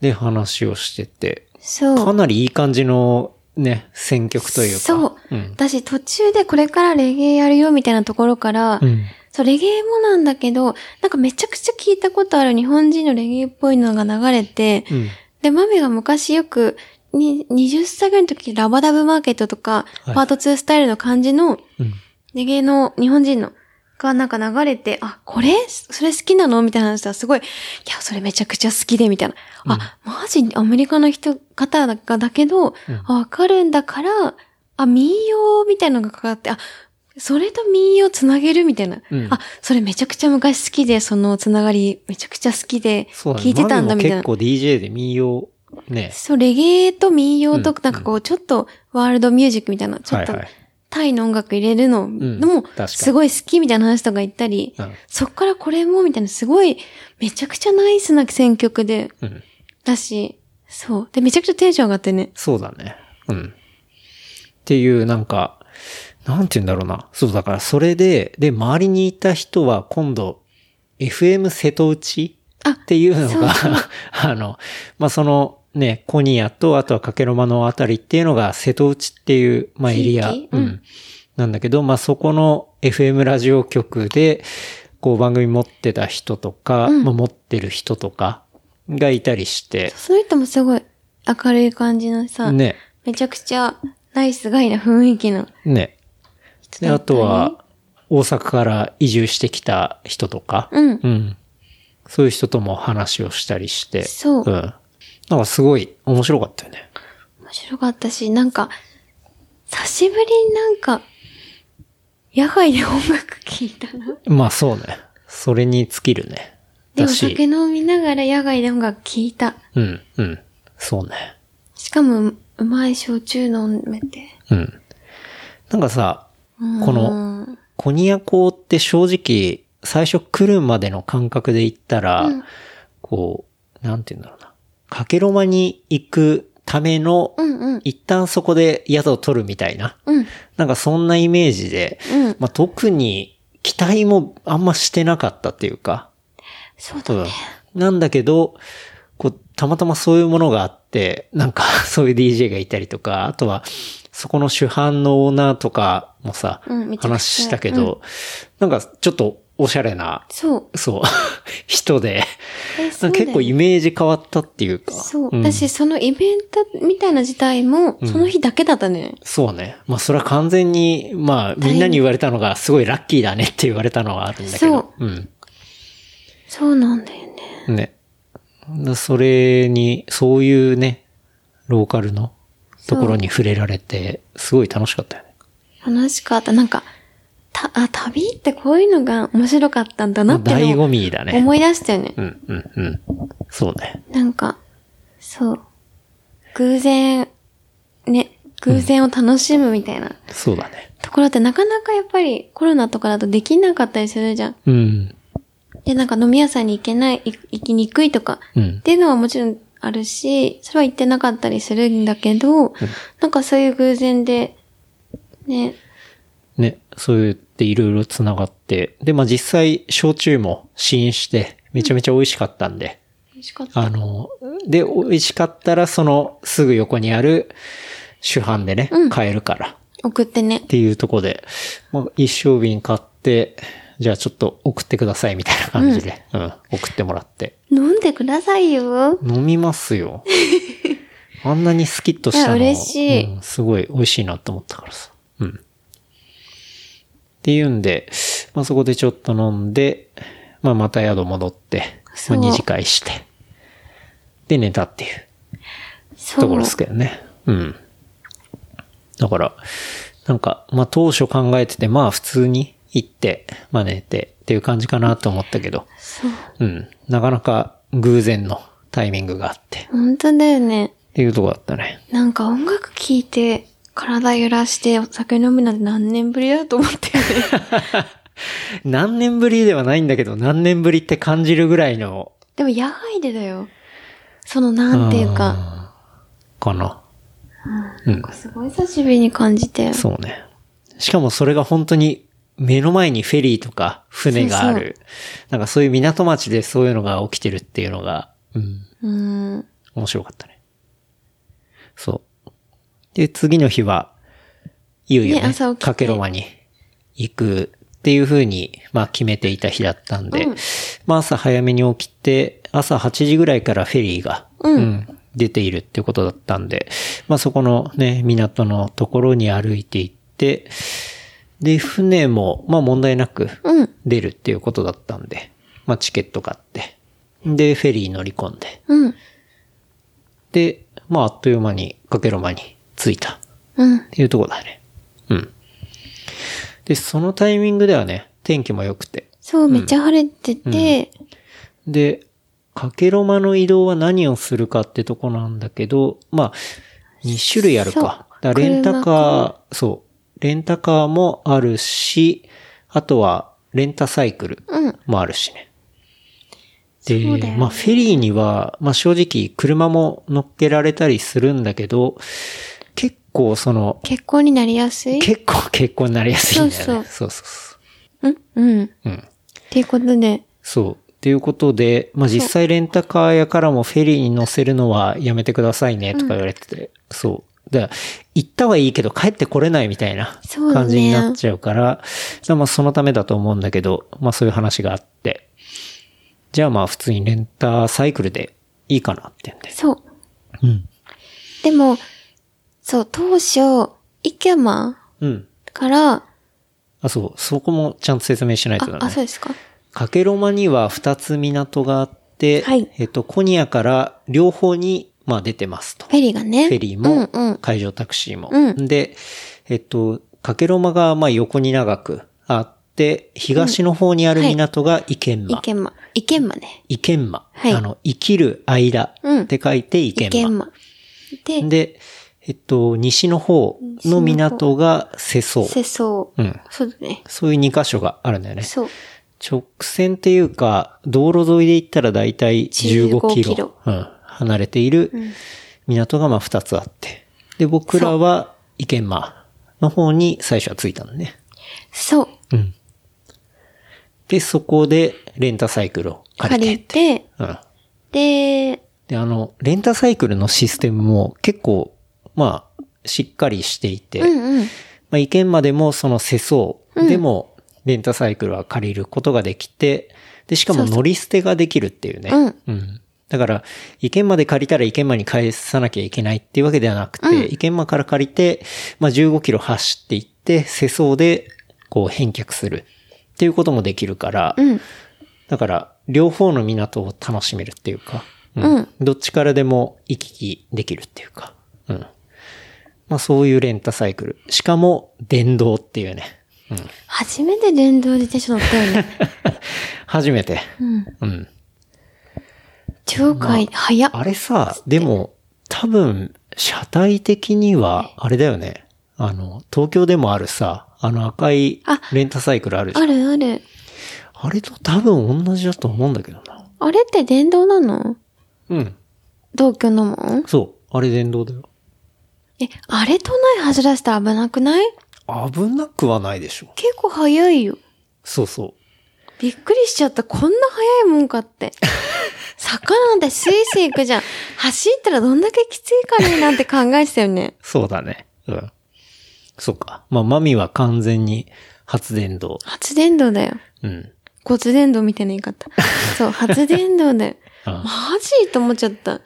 で、話をしてて、
そう。
かなりいい感じのね、選曲というか。
そう。
ん。
私途中でこれからレゲエやるよみたいなところから、
うん。
そう、レゲエもなんだけど、なんかめちゃくちゃ聞いたことある日本人のレゲエっぽいのが流れて、
うん。
で、マミが昔よく、に、20歳ぐらいの時、ラバダブマーケットとか、
はい
パート2スタイルの感じの、
うん。
レゲエの日本人の、がなんか流れて、あ、これそれ好きなのみたいな話したらすごい、いや、それめちゃくちゃ好きで、みたいな。あ、マジアメリカの人、方だだけど、あわかるんだから、あ、民謡みたいなのがかかって、あ、それと民謡つなげるみたいな。
うん
あ、それめちゃくちゃ昔好きで、そのつながりめちゃくちゃ好きで、
そうだね。
聞いてたんだ
マミも
みたいな
結。構 DJ で民謡、ね。
そう、レゲエと民謡と
うん、
なんかこう、ちょっとワールドミュージックみたいな、ちょっと
はいはい
タイの音楽入れるの、でも
確か、に
すごい好きみたいな話とか言ったり、
うん
そっからこれもみたいな、すごい、めちゃくちゃナイスな選曲で、
うん。
だし、そう。で、めちゃくちゃテンション上がってね。
そうだね。うん。っていう、なんか、なんて言うんだろうな。そう、だからそれで、で、周りにいた人は今度、FM 瀬戸内
あ
っていうのが
そう そ、
あの、まあ、その、ね、コニアと、あとはかけろまのあたりっていうのが、瀬戸内っていう、まあ、エリア、
地域
う
うん
ん。なんだけど、まあ、そこの FM ラジオ局で、こう番組持ってた人とか、
うん
まあ持ってる人とかがいたりして、
その人もすごい明るい感じのさ、
ね、
めちゃくちゃナイスガイな雰囲気の
ね。
人
で、
だ
あ
った
と
り
は、大阪から移住してきた人とか、
うん
そういう人とも話をしたりして、。
そうん
なんかすごい面白かったよね。
面白かったし、なんか、久しぶりになんか、野外で音楽聴いたな。
まあそうね。それに尽きるね。
で、お
だ
酒
し、
飲みながら野外で音楽聴いた。
うん、うん。そうね。
しかも、うまい焼酎飲めて。
うん。なんかさ、
うん
この、コニアコって正直、最初来るまでの感覚で言ったら、
うん
こう、なんて言うんだろうな。かけろまに行くための
うんうん。
一旦そこで宿を取るみたいな。
うん。
なんかそんなイメージで、
うん
まあ、特に期待もあんましてなかったっていうか、
そうだね。
うんなんだけど、こう、たまたまそういうものがあって、なんか そういう DJ がいたりとか、あとは、そこの主犯のオーナーとかもさ、
うんめちゃくちゃ
話したけど、なんかちょっとおしゃれな、
そう。
そう、 人で、
えそうだよ
結構イメージ変わったっていうか。
そう。
ん
私、そのイベントみたいな自体も、その日だけだったね。
そうね。まあそれは完全に、まあみんなに言われたのがすごいラッキーだねって言われたのはあるんだけど。うん。
そうなんだよね。
ね。だそれに、そういうね、ローカルのところに触れられて、すごい楽しかったよね。
楽しかった。なんか、た、あ、旅ってこういうのが面白かったんだなって
醍
の
醐
を
味だね。
思い出したよね。
うん、うん、うん。そうね。
なんか、そう。偶然、ね、偶然を楽しむみたいな
そうだね。
ところってなかなかやっぱりコロナとかだとできなかったりするじゃん。
うん。
で、なんか飲み屋さんに行けない、い行きにくいとか、
うん
っていうのはもちろんあるし、それは行ってなかったりするんだけど、なんかそういう偶然で、ね、
ね、そうやっていろいろ繋がって。で、まあ実際、焼酎も試飲して、めちゃめちゃ美味しかったんで。
美味しかった。
あの、で、美味しかったら、その、すぐ横にある、主販でね、
うん
買えるから、っ
送ってね。
ていうとこで、まあ、一升瓶買って、じゃあちょっと送ってください、みたいな感じで、うん、送ってもらって。
飲んでくださいよ。
飲みます よ。あんなにスキッとしたの
いや嬉しい
うんすごい美味しいなと思ったからさ。うん。っていうんで、まあ、そこでちょっと飲んで、まあ、また宿戻って、
そ
まあ、
う
二次会して、で、寝たっていう。
そう。
ところですけどね。うん。だから、なんか、まあ当初考えてて、まあ普通に行って、まあ寝てっていう感じかなと思ったけど、
そう。
うん。なかなか偶然のタイミングがあって、
本当だよね。
っていうとこだったね。
なんか音楽聴いて、体揺らしてお酒飲むなんて何年ぶりだと思ってよ ね。
何年ぶりではないんだけど、何年ぶりって感じるぐらいの、
でも野外でだよ。そのなんていうか、
かな。うん
なんかすごい久しぶりに感じて。
そうね。しかもそれが本当に目の前にフェリーとか船がある。なんかそういう港町でそういうのが起きてるっていうのが、うん、
うん。
面白かったね。そう。で、次の日は、いよいよ
ね
ね、
朝起きて
かけろまに行くっていう風に、まあ決めていた日だったんで、
うん
まあ朝早めに起きて、朝8時ぐらいからフェリーが、
うん
ん出ているってことだったんで、まあそこのね、港のところに歩いていって、で、船も、まあ問題なく
うん。
出るっていうことだったんで、まあチケット買って、で、フェリー乗り込んで、
うん。
で、まあ、あっという間に、かけろ間に着いたっ
うん。
ていうところだね。うん。で、そのタイミングではね、天気も良くて。
そう、めっちゃ晴れてて、
で、かけろ間の移動は何をするかってとこなんだけど、まあ、2種類ある
そう
か。だからレンタ
車
カー、そう。レンタカーもあるし、あとは、レンタサイクル
うん
もあるしね。
そうだよ
で、
ね
まあ、フェリーには、まあ、正直、車も乗っけられたりするんだけど、結構、その、
結婚になりやすい
結構結婚になりやすいんだよね。
そう
そうそうそ
うん。うん。っ
う。うん。
ていうことで、
そう。っていうことで、まあ、実際レンタカー屋からもフェリーに乗せるのはやめてくださいねとか言われてて、そう。だから行ったはいいけど帰ってこれないみたいな
そうだね
感じになっちゃうから、だからまあそのためだと思うんだけど、まあそういう話があって、じゃあまあ普通にレンタサイクルでいいかなって言うんで。
そう。
うん。
でも、そう、当初、池間
うん。
から、
あ、そう。そこもちゃんと説明しないとだ
あ
ね。、
あ、そうですか
かけろまには二つ港があって、
はい
えっと、コニアから両方に、まあ出てますと。
フェリーがね。
フェリー
うんう
も
ん、。
海上タクシーも。
うん
で、えっと、かけろまがまあ横に長くあって、東の方にある港が池間。
池間。池間ね。
池間。
はい
あの、生きる間
うん
って書いて池
池
間。
間。で、
で、えっと、西の方の港が瀬層。
世相。
うん。
そうだね。
そういう二箇所があるんだよね。
そう。
直線っていうか、道路沿いで行ったらだいたい15キロ
15キロ
うん、離れている港がまあ2つあって。で、僕らは池間の方に最初は着いたのね。
そう。
うん。で、そこでレンタサイクルを借
借
り
り
て。
て、
うん。
で、
で、あの、レンタサイクルのシステムも結構、まあ、しっかりしていて、
うんうん。
まあ、意見までもその世相でもレンタサイクルは借りることができて、で、しかも乗り捨てができるっていうね。
うん
だから、意見まで借りたら意見まに返さなきゃいけないっていうわけではなくて、意見まから借りて、まあ、15キロ走っていって、世相でこう返却するっていうこともできるから、
うん。
だから、両方の港を楽しめるっていうか、うん
うん
どっちからでも行き来できるっていうか、うん。まあそういうレンタサイクル。しかも、電動っていうね。うん。
初めて電動自転車乗ったよね。
初めて。
うん。
うん。
超快、早っ。
あれさ、でも、多分、車体的には、あれだよね。あの、東京でもあるさ、あの赤い
あ
レンタサイクルあるじゃん。
あるある。
あれと多分同じだと思うんだけどな。
あれって電動なの
うん。
同居のもん
そう。あれ電動だよ。
え、あれ都内走らせて危なくない
危なくはないでしょ。
結構早いよ。
そうそう。
びっくりしちゃった。こんな早いもんか って。坂なんてスイスイ行くじゃん。走ったらどんだけきついかねなんて考えてたよね。
そうだね。うん。そうか。まあ、マミは完全に発電動。
初電動だよ。
うん。
骨伝導みたいな言い 方。そう、初電動だ
う
よ。
ん
マジと思っちゃった。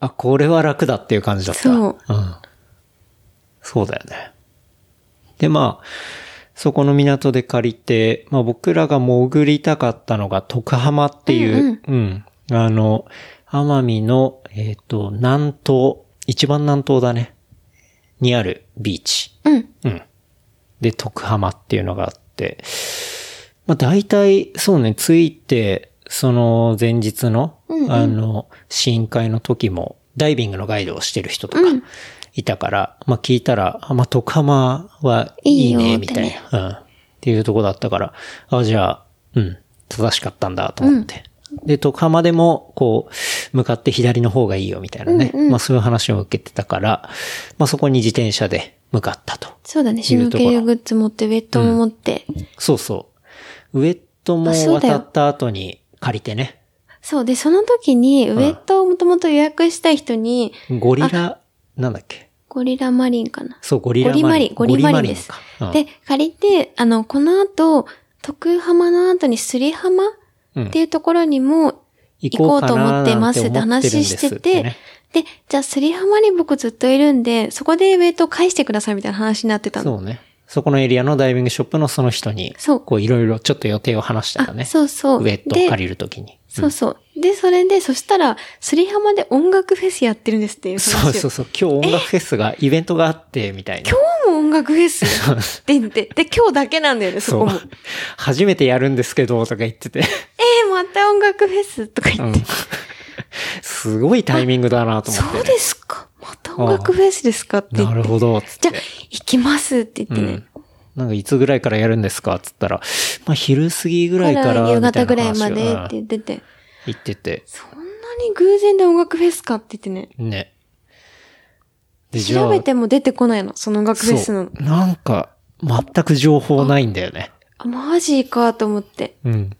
あ、これは楽だっていう感じだった。
そう。
ん。そうだよね。で、まあ、そこの港で借りて、まあ僕らが潜りたかったのが徳浜っていう、うん、あの、奄美の、えっ、と、南東、一番南東だね。にあるビーチ。
うん。
うん。で、徳浜っていうのがあって、まあ大体、そうね、着いて、その前日の、あの、試飲会の時も、ダイビングのガイドをしてる人とか、いたから、まあ聞いたら、あまあ徳浜はいい
いい
ね、
よ
み
って
たい
ね
な、うん。っていうとこだったから、あ、じゃあ、うん、正しかったんだと思って。で、徳浜でも、こう、向かって左の方がいいよみたいなね。
うんうん
まあそういう話を受けてたから、まあそこに自転車で向かったと。
そうだね。シュノーケルグッズ持って、ウェットも持って。
そうそう。ウェットも
あそうだよ
渡った後に借りてね。
そう。で、その時に、ウェットをもともと予約したい人に、
ゴリラ、なんだっけ。
ゴリラマリンかな。
そう、ゴリ
ゴ
ラ
リマリン、ゴリマリンです
ゴリマ。リン
で
か、
借りて、あの、この後、徳浜の後にすり浜
うん
っていうところにも行こうと思ってますって話してて、で、じゃあすり浜に僕ずっといるんで、そこでウェイトを返してくださいみたいな話になってたの。
そうね。そこのエリアのダイビングショップのその人に、
そう
こういろいろちょっと予定を話したらね。
あそうそう
ウェットを借りるときに。
そうそう。で、それで、そしたら、すり浜で音楽フェスやってるんですっていう話を。
そうそうそう。今日音楽フェスが、イベントがあって、みたいな。今
今日も音楽フェスって言って、で、今日だけなんだよね、そこも。え
そう。初めてやるんですけど、とか言ってて。
ー、また音楽フェスとか言って。
うん すごいタイミングだなと思ってね、
そうですか。また音楽フェスですかって言っ
な
て。
るほど、つって。
じゃあ、行きますって言ってね。
なんかいつぐらいからやるんですかっつったら、まあ昼過ぎぐらい
だ
から、
夕
みた
方
いな
ぐらい
話
ま
を
でって言ってて。
うん言ってて。
そんなに偶然で音楽フェスかって言ってね。
ね。で
調べても出てこないの、その音楽フェスの。
そうなんか、全く情報ないんだよね。
あ、マジかと思って。
うん。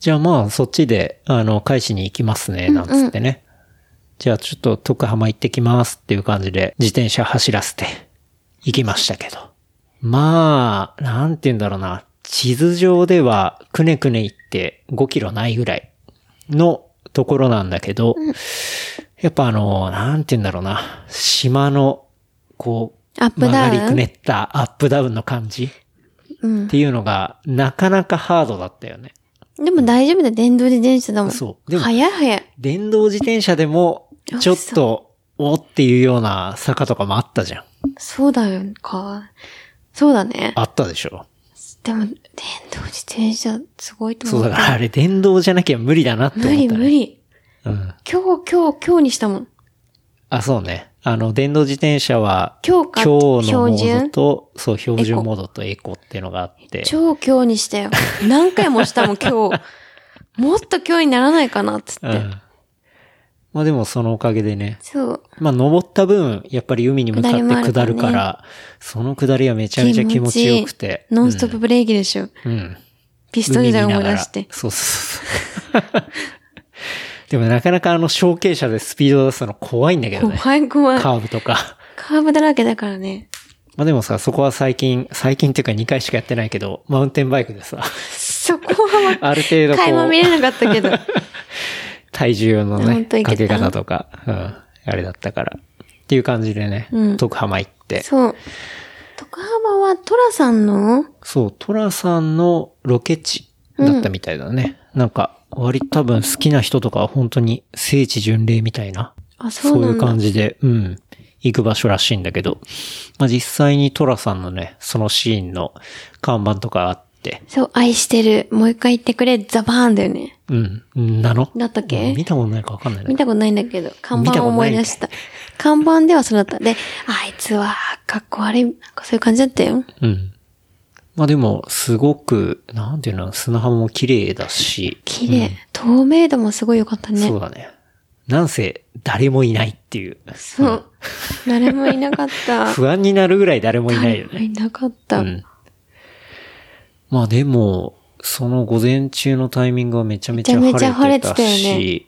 じゃあまあ、そっちで、あの、返しに行きますね、なんつってね。じゃあちょっと徳浜行ってきますっていう感じで、自転車走らせて、行きましたけど。まあ、なんて言うんだろうな。地図上では、くねくね行って5キロないぐらいのところなんだけど、やっぱあの、なんて言うんだろうな。島の、こう、
アップダウン
曲がりくねったアップダウンの感じ
うん
っ。ていうのが、なかなかハードだったよね。
でも大丈夫だよ、電動自転車だもん。
そうでも
早い早い。
電動自転車でも、ちょっと、おっていうような坂とかもあったじゃん。
そうだよか。そうだね。
あったでしょ。
でも、電動自転車、すごいと
そ
思
う
った。
だから、あれ電動じゃなきゃ無理だなって思っ
無
た、ね。
理無理。
うん。
今日、今日、今日にしたもん。
あ、そうね。あの、電動自転車は、
今日か、
今日のモード
標準
と、そう、標準モードとエコっていうのがあって。
超今日にしたよ。何回もしたもん、今 日。もっと今日にならないかな、つって。
うん。まあでもそのおかげでね。
そう。
まあ登った分、やっぱり海に向かって下る
下りも
か
あるからね
ら、その下りはめちゃめちゃ気持ちよくて。
ノンストップブレーキでしょ。
うん。うん
ピストルで思
海
い出し
見なが
て。
らそうそうそう。 でもなかなかあの、小径車でスピード出すの怖いんだけどね。
怖い怖い。
カーブとか。
カーブだらけだからね。
まあでもさ、そこは最近、最近っていうか2回しかやってないけど、マウンテンバイクで さ、
そこは、ま
ある程度こ
垣間見
う、
れなかった けど。
体重のね
本、当い
か
け
け
た
方とか、うん、あれだったから。っていう感じでね、
うん
徳浜行って。
そう。徳浜はトラさんの
そう、トラさんのロケ地だったみたいだね。なんか、割と多分好きな人とかは本当に聖地巡礼みたいな。
あ、そ
そううい
な
うん
だ。
感じで、うん。行く場所らしいんだけど。まあ、実際にトラさんのね、そのシーンの看板とかあって、
そう、愛してる。もう一回言ってくれ。ザバーンだよね。
うん。なの
だったっけ
うん見たことないかわかんないね
見たことないんだけど、看
見た
板
こと
を
な
思
い
い
んかい
出した。看板ではそうだった。で、あいつは、かっこ悪い。なんかそういう感じだったよ。
うん。まあ、でも、すごく、なんていうの、砂浜も綺麗だし、
綺麗、透明度もすごい良かったね。
そうだね。なんせ、誰もいないっていう。
そう。誰もいなかっ た。
不安になるぐらい誰もいないよ
誰
ね
も。いなかった。
うん。まあでも、その午前中のタイミングはめちゃめちゃ
めちゃめち
晴
ゃ晴
れ
れ
て
て
た
たよね
し、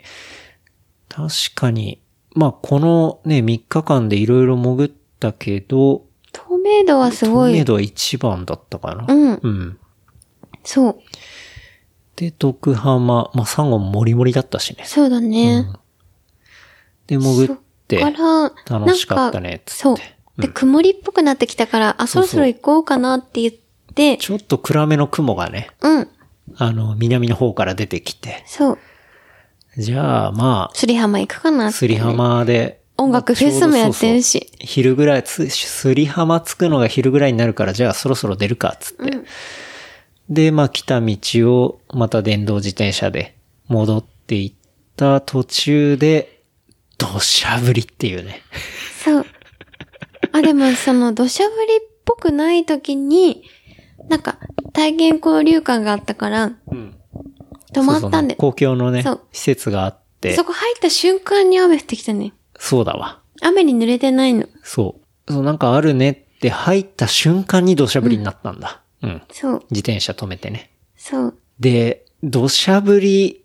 確かに、まあこのね、3日間でいろいろ潜ったけど、
透明度はすご
透明
い。
度は一番だったかな。
うん
うん。
そう。
で、徳浜、まあサンゴもモリモリだったしね。
そうだね。
で、潜って、
だから、
楽しかったね
な
つ
ん
って
そう。で、曇りっぽくなってきたから、あ、そろそろ行こうかなって言って、
ちょっと暗めの雲がね、
うん。
あの、南の方から出てきて、
そう。
じゃあま
すり浜行くかなっ
あ、
て。
すり浜で、
音楽フェスもやってるし
そうそう昼ぐらい、つ、すり浜着くのが昼ぐらいになるから、じゃあそろそろ出るか、つって。で、まあ来た道を、また電動自転車で戻っていった途中で、土砂降りっていうね。
そう。あ、でもその土砂降りっぽくない時に、なんか体験交流館があったから、
うん。
泊まったんで。
公共のね
そう、
施設があっって
そ。こ入った瞬間に雨降ってきたね。
そうだわ。
雨に濡れてないの。
そう。そう、なんかあるねって入った瞬間に土砂降りになったんだ。うん。
そう、
自転車止めてね。
そう。
で、土砂降り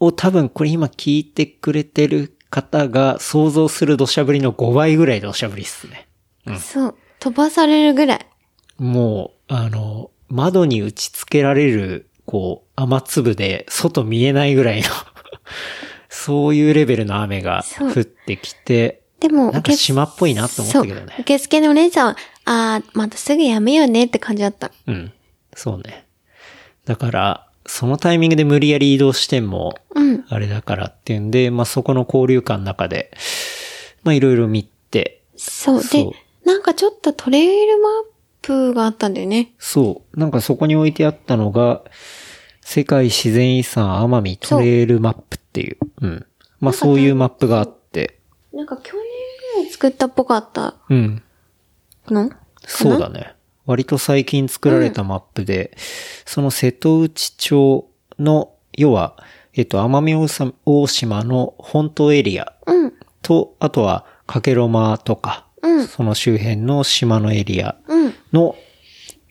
を多分これ今聞いてくれてる方が想像する土砂降りの5倍ぐらい土砂降りっすね。
そう。飛ばされるぐらい。
もう、あの、窓に打ち付けられる、こう、雨粒で外見えないぐらいの、 そういうレベルの雨が
そう
降ってきて、
でも、
なんか島っぽいなって思ったけど
そう
ね。
受付のお姉さんは、あー、またすぐやめようねって感じだった。
うん。そうね。だから、そのタイミングで無理やり移動しても、
うん。
あれだからっていうんで、まあ、そこの交流館の中で、まあ、いろいろ見て、
そう。
そ
で
う、
なんかちょっとトレイルマップがあったんだよね。
そう、なんかそこに置いてあったのが、世界自然遺産奄美トレイルマップっていう、うん。まあ、そういうマップがあって、
なんか去年ぐらい作ったっぽかった
うん。
の
そうだね。割と最近作られたマップで、その瀬戸内町の、要は、えっと、奄美大島大島の本島エリア
うん。
と、あとは、かけろまとか、
うん
その周辺の島のエリア
うん。
の、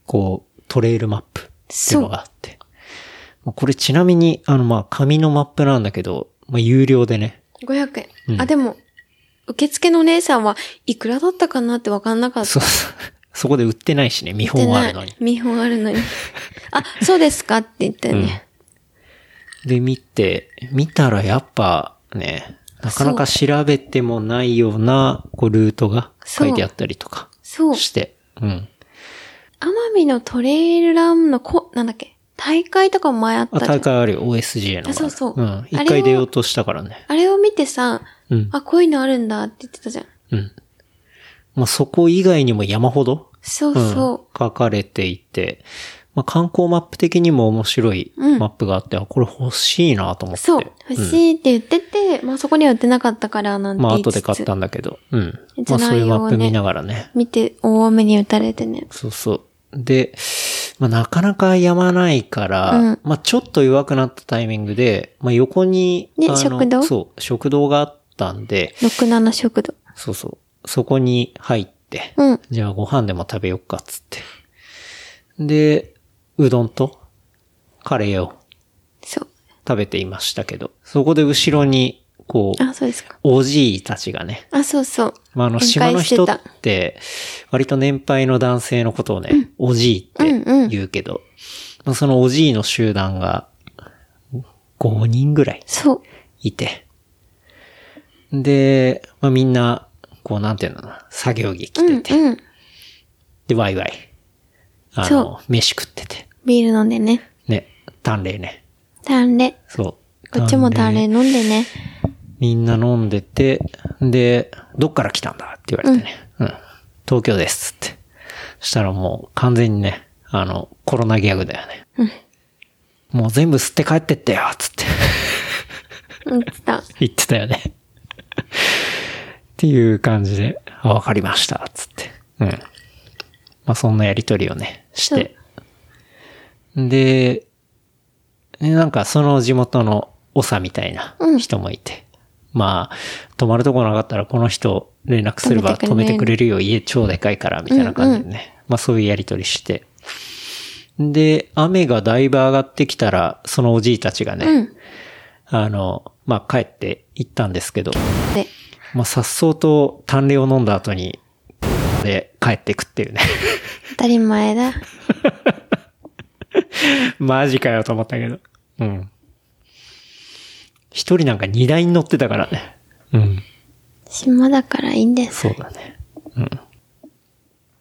こう、トレイルマップっていうのがあって。まあこれちなみに、あの、まあ、紙のマップなんだけど、まあ、有料でね。
500円。
うん
あ、でも、受付のお姉さんはいくらだったかなってわかんなかった。
そう そう。そこで売ってないしね、見本はあるのに
で。ない見本ある のに。あ、そうですかって言ったよね。
で、見て、見たらやっぱね、なかなか調べてもないような、こう、ルートが書いてあったりとか
そう。
して。うん。
奄美のトレイルランのこ、なんだっけ、大会とかも前あっ
あ、
たじゃん
大会あるよ、OSGA のが。
あそうそう
うん。
あ
一
れを
回出ようとしたからね。
あれを見てさ、
うん。
あ、こういうのあるんだって言ってたじゃん。
うん。まあ、そこ以外にも山ほど
そう
うん
そ
書かれていて、まあ、観光マップ的にも面白い
うん
マップがあって、あ、これ欲しいなと思
う。
って。
そう。欲しいって言ってて、まあそこには売ってなかったからなんて
まあ、
言い
後
つつ
で買ったんだけど。うん。
一
ま
応
あ、そういう
内容
マ
を
ッ
ね
プ見ながらね。
見て大雨に打たれてね。
そうそう。で、まあ、なかなかやまないから、
うん
まあ、ちょっと弱くなったタイミングで、まあ、横に、
ね
あの
食堂
そう、食堂があったんで、
67食堂。
そうそう。そこに入って、
うん。
じゃあご飯でも食べよっかっつって。で、うどんとカレーを
そう。
食べていましたけど、そこで後ろに、こう、
あ、そうですか。
おじいたちがね、
あ、そうそう。
まあ、あの、
宴
島
会
の
して
人
た
って、割と年配の男性のことをね、おじいって言うけど、まあそのおじいの集団が、5人ぐらい
そう。
いて。で、まあ、みんな、こう、なんていうのかな、作業着着てて、
うん。
で、ワイワイ。あ
そ
の、飯食ってて。
ビール飲んでね。
ね、鍛錬ね。
鍛錬。
そう。
こっちも
鍛
鍛錬飲んでね。
みんな飲んでて、で、どっから来たんだって言われてね。うん。東京ですって。したらもう完全にね、あの、コロナギャグだよね。もう全部吸って帰ってってよつって
うん、つった。
言ってたよね。っていう感じで、あ、わかりました。つって。うん。まあそんなやりとりをね、して。で、でなんかその地元の長みたいな人もいて。まあ、泊まるとこなかったらこの人連絡すれば
止
止
め
め
て
て
く
く
れ
れるよ。家超でかいから、みたいな感じでね。まあそういうやりとりして。で、雨がだいぶ上がってきたら、そのおじいたちがね、
うん
あの、まあ帰って行ったんですけど、
で、
まあ、さっそうと鍛錬を飲んだ後に、で、帰ってくっていうね。
当たり前だ。
マジかよと思ったけど。うん。一人なんか荷台に乗ってたからね。うん。
島だからいいんです。
そうだね。うん。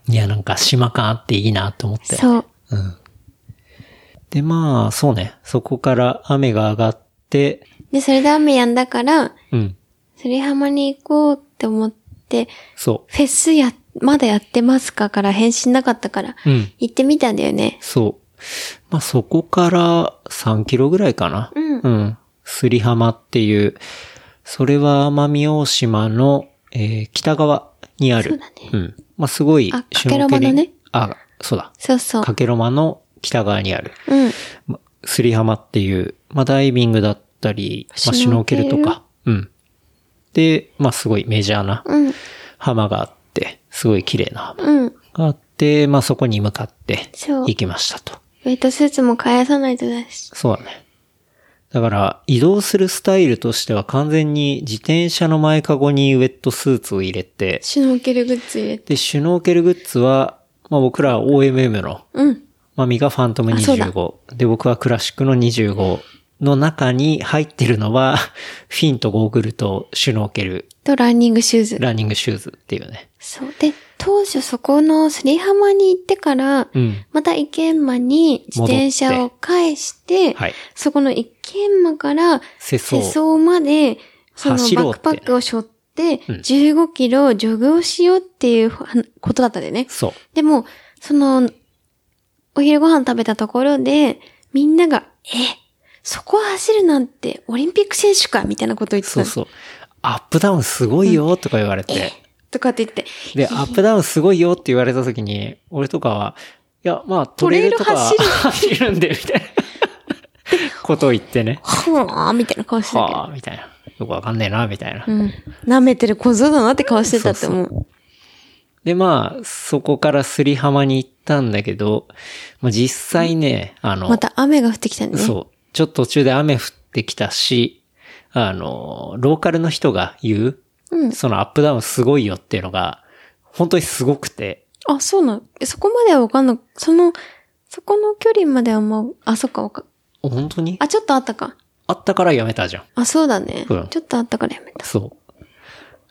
いや、なんか島感あっていいなと思って。
そう。
で、まあ、そうね。そこから雨が上がって、
で、それで雨やんだから、
うん。
釣り浜に行こうって思って、
そ
フェスや、まだやってますかから返信なかったから、
う。うん。
行ってみたんだよね。
そう。まあ、そこから3キロぐらいかな。
うん
うん。すり浜っていう、それは奄美大島の、えー北側にある。
そうだね
ん。まあ、すごい、
あ
シュノ
かけ
ケ
ろま
リ
の
ン
ね
あ、そうだ。
そうそう。
かけろまの北側にある、
うん。
ま、すり浜っていう、まあ、ダイビングだっったり、まあ、
シ
シュ
ュノ
ノ
ー
ー
ケ
ケ
ル
ルとか。うん。で、まあすごいメジャーな
うん。
浜があって、すごい綺麗な浜
うん。
があって、まあそこに向かって
そう
行きましたと。
ウェイトスーツも返さないとだし。
そうだね。だから、移動するスタイルとしては完全に自転車の前かごにウェットスーツを入れて、
シュノーケルグッズ入れて。
で、シュノーケルグッズは、まあ僕らは OMM の、
うん。
マミがファントム
あそうだ
25。で、僕はクラシックの25の中に入ってるのは、 フィンとゴーグルとシュノーケル、
と、ランニングシューズ。
ランニングシューズっていうね。
そう。で、当初そこのすり浜に行ってから、
うん。
また池間に自転車を返して、
はい。
そこの一軒間から
世
世
相。
相まで、そのバ
走ろうっ
ック
て
パックを背負って、
うん
15キロジョグをしようっていうはことだったんだよね。
そう。
でも、その、お昼ご飯食べたところで、みんなが、え、そこ走るなんてオリンピック選手かみたいなこと言ってた
そう
の。
そう。アップダウンすごいよとか言われて。
とかって言って。
で、 アップダウンすごいよって言われた時に、俺とかは、いや、まあトレイルとか
トレイル
走るんで、みた いなことを言ってね。
はぁーみたいな顔してたけど。
はあ、みたいな。よくわかんねえな、みたいな。
うん。舐めてる小僧だなって顔してたって思う。
で、まあ、そこからすり浜に行ったんだけど、まあ、実際ね、あの、
また雨が降ってきたんだね。
そう、ちょっと途中で雨降ってきたし、あの、ローカルの人が言う、
うん
そのアップダウンすごいよっていうのが、本当にすごくて、
あ、そうなのえそこまではわかんない。その、そこの距離まではもう、あ、そっかわか、
本当に
あ、ちょっとあったか。
あったからやめたじゃん。
あ、そうだね。
うん
ちょっとあったからやめた。
そ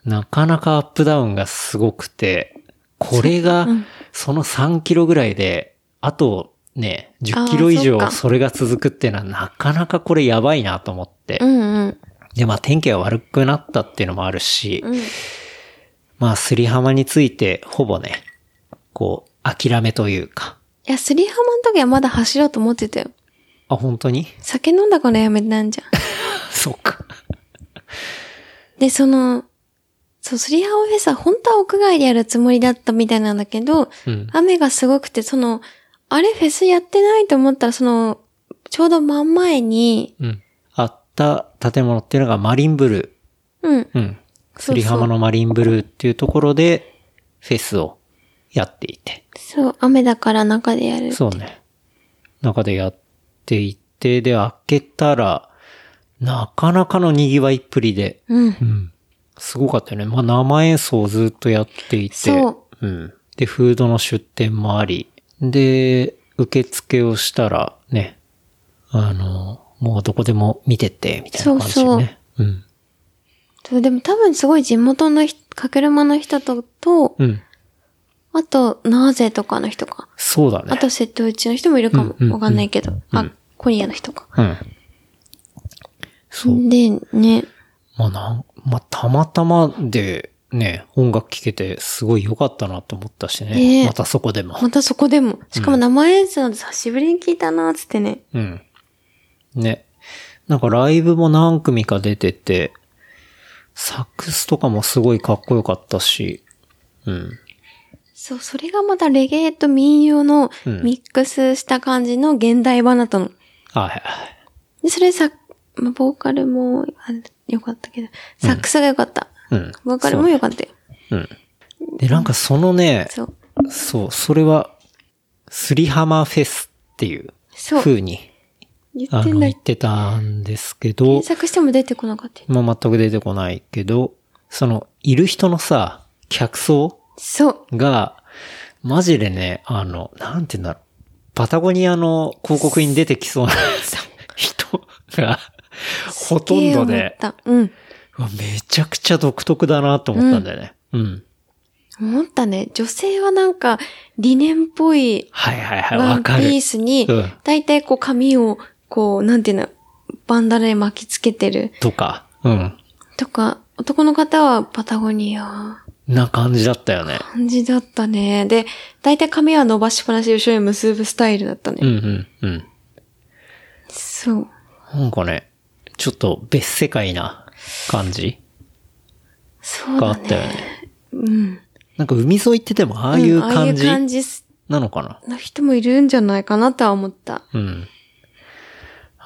う。なかなかアップダウンがすごくて、これが
そうん、
その3キロぐらいで、あとね、
あー
10キロ以
そっか
上それが続くっていうのはなかなかこれやばいなと思って
う。んうん。
で、まあ天気が悪くなったっていうのもあるし、
うん。
まあすり浜についてほぼね、こう、諦めというか、
いや、すり浜の時はまだ走ろうと思ってたよ。
あ、本当に
酒飲んだからやめたんじゃん。
そっか。
で、その、そう、すり浜フェスは本当は屋外でやるつもりだったみたいなんだけど、
うん。
雨がすごくて、その、あれフェスやってないと思ったら、その、ちょうど真ん前に、
うん。あった建物っていうのがマリンブルー。
うん、
うん。
そうそ
す
う
り浜のマリンブルーっていうところで、フェスをやっていて。
そう、雨だから中でやる。
そうね。中でやっていて、で、開けたら、なかなかの賑わいっぷりで、
うん。
うん。すごかったよね。まあ、生演奏をずっとやっていて、。
そう
ん。で、フードの出店もあり、で、受付をしたら、ね、あの、もうどこでも見てって、みたいな感じでね。うん。
そう、でも多分すごい地元の人、かけるまの人と、と、
うん。
あと、なぜとかの人か。
そうだね。
あと、瀬戸内の人もいるかも
うんうんう。ん
わかんないけど。
う
あ
ん、
コリアの人か。
うん。そう。
で、ね。
まあなん、まあたまたまでね、音楽聴けてすごい良かったなと思ったし
ね
ね。またそこでも。
またそこでも。しかも生演奏なんて久しぶりに聞いたなーつってね。
うん。ね。なんかライブも何組か出てて、サックスとかもすごいかっこよかったし、うん。
そう、それがまたレゲエと民謡の
うん
ミックスした感じの現代版だったの。
あ、はいはい。
で、それさ、まあボーカルもあ良かったけど、サックスが良かった。
うん。
ボーカルも良かったよ。
そうねうん。で、なんかそのね、
そう。
そう、それは、すり浜フェスっていう
そう。
風に、
言っ
あ
てん
の、
だ
言ってたんですけど
検、索しても出てこなかったよ。
まあ、全く出てこないけど、その、いる人のさ、客層
そう。
が、マジでね、あの、なんて言うんだろう。パタゴニアの広告に出てきそう な人が、ほとんど
すげえ
で、
思った。うん。
うわめちゃくちゃ独特だなと思ったんだよね。うん。
思ったね。女性はなんか、理念っぽい
はいはいはい、
ワ
わ
ンピ
かる
ー。スに
うん、
だいたいこう髪を、こう、なんていうの、バンダラで巻きつけてる
とか、うん。
とか、男の方はパタゴニア。
な感じだったよね。
感じだったね。で、だいたい髪は伸ばしっぱなしで後ろに結ぶスタイルだったね。
うんうんうん。
そう。
なんかね、ちょっと別世界な感じ
そう
があ
だ
ったよね。
ね。うん。
なんか海沿いってでもああいう
ああい
感
う
じ
感じ
なのかな
の人もいるんじゃないかなとは思った。
うん。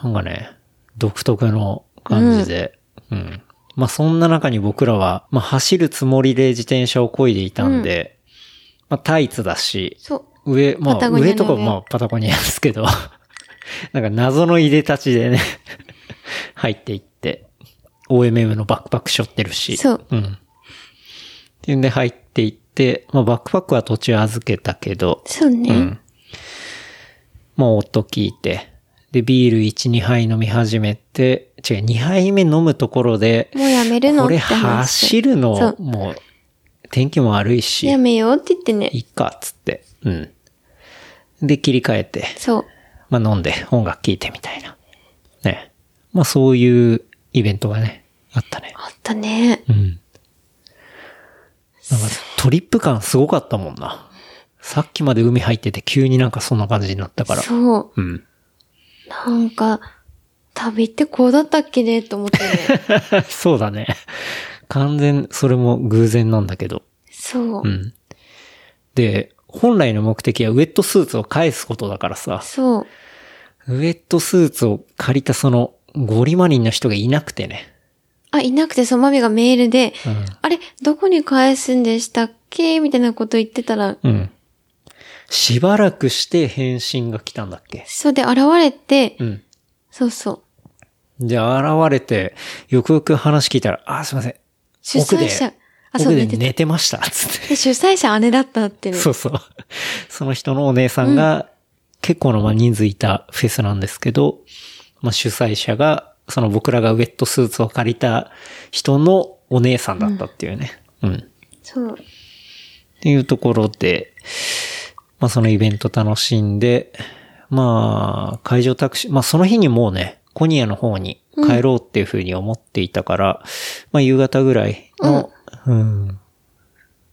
なんかね、独特の感じで。うん。まあそんな中に僕らは、まあ走るつもりで自転車を漕いでいたんで、まあタイツだし、
そう。
上、ま
パ
あ
タゴニアの
上とか
上
まあパタゴニアですけど、 なんか謎のいでたちでね、 入っていって、OMM のバックパック背負ってるし。
そう。
うん。っていうんで入っていって、まあバックパックは途中預けたけど、
そうね。
うん。まあ音聞いて、で、ビール1、2杯飲み始めて、違う、2杯目飲むところで、
もうやめるの
こ
って
れ
話。
走る
そ
の
う、。
もう、天気も悪いし、
やめようって言ってね
い。いか、つって。うん。で、切り替えて、
そう。
まあ飲んで音楽聴いてみたいな。ね。まあそういうイベントがね、あったね。
あったね。
うん。なんかトリップ感すごかったもんな。さっきまで海入ってて急になんかそんな感じになったから。
そう。
うん。
なんか、旅ってこうだったっけねと思って ね。
そうだね。完全、それも偶然なんだけど。
そう。
うん。で、本来の目的はウェットスーツを返すことだからさ、
そう。
ウェットスーツを借りたそのゴリマニンの人がいなくてね。
あ、いなくて、そう、マミがメールで、
うん
あれ、どこに返すんでしたっけみたいなこと言ってたら、
うん。しばらくして返信が来たんだっけ
そうで現れて、
うん。
そうそう。
で、現れて、よくよく話聞いたら、あ、すいません。
主催者
奥で、
あ、そう、
奥で
寝てた。
寝てました。つって。
で主催者姉だったってね。
そうそう。その人のお姉さんが、結構のまあ人数いたフェスなんですけど、まあ主催者が、その僕らがウェットスーツを借りた人のお姉さんだったっていうね。うん。っ
そう。
ていうところで、まあそのイベント楽しんで、まあ会場タクシー、まあその日にもうね、コニアの方に帰ろうっていうふうに思っていたから、まあ夕方ぐらいの、うん、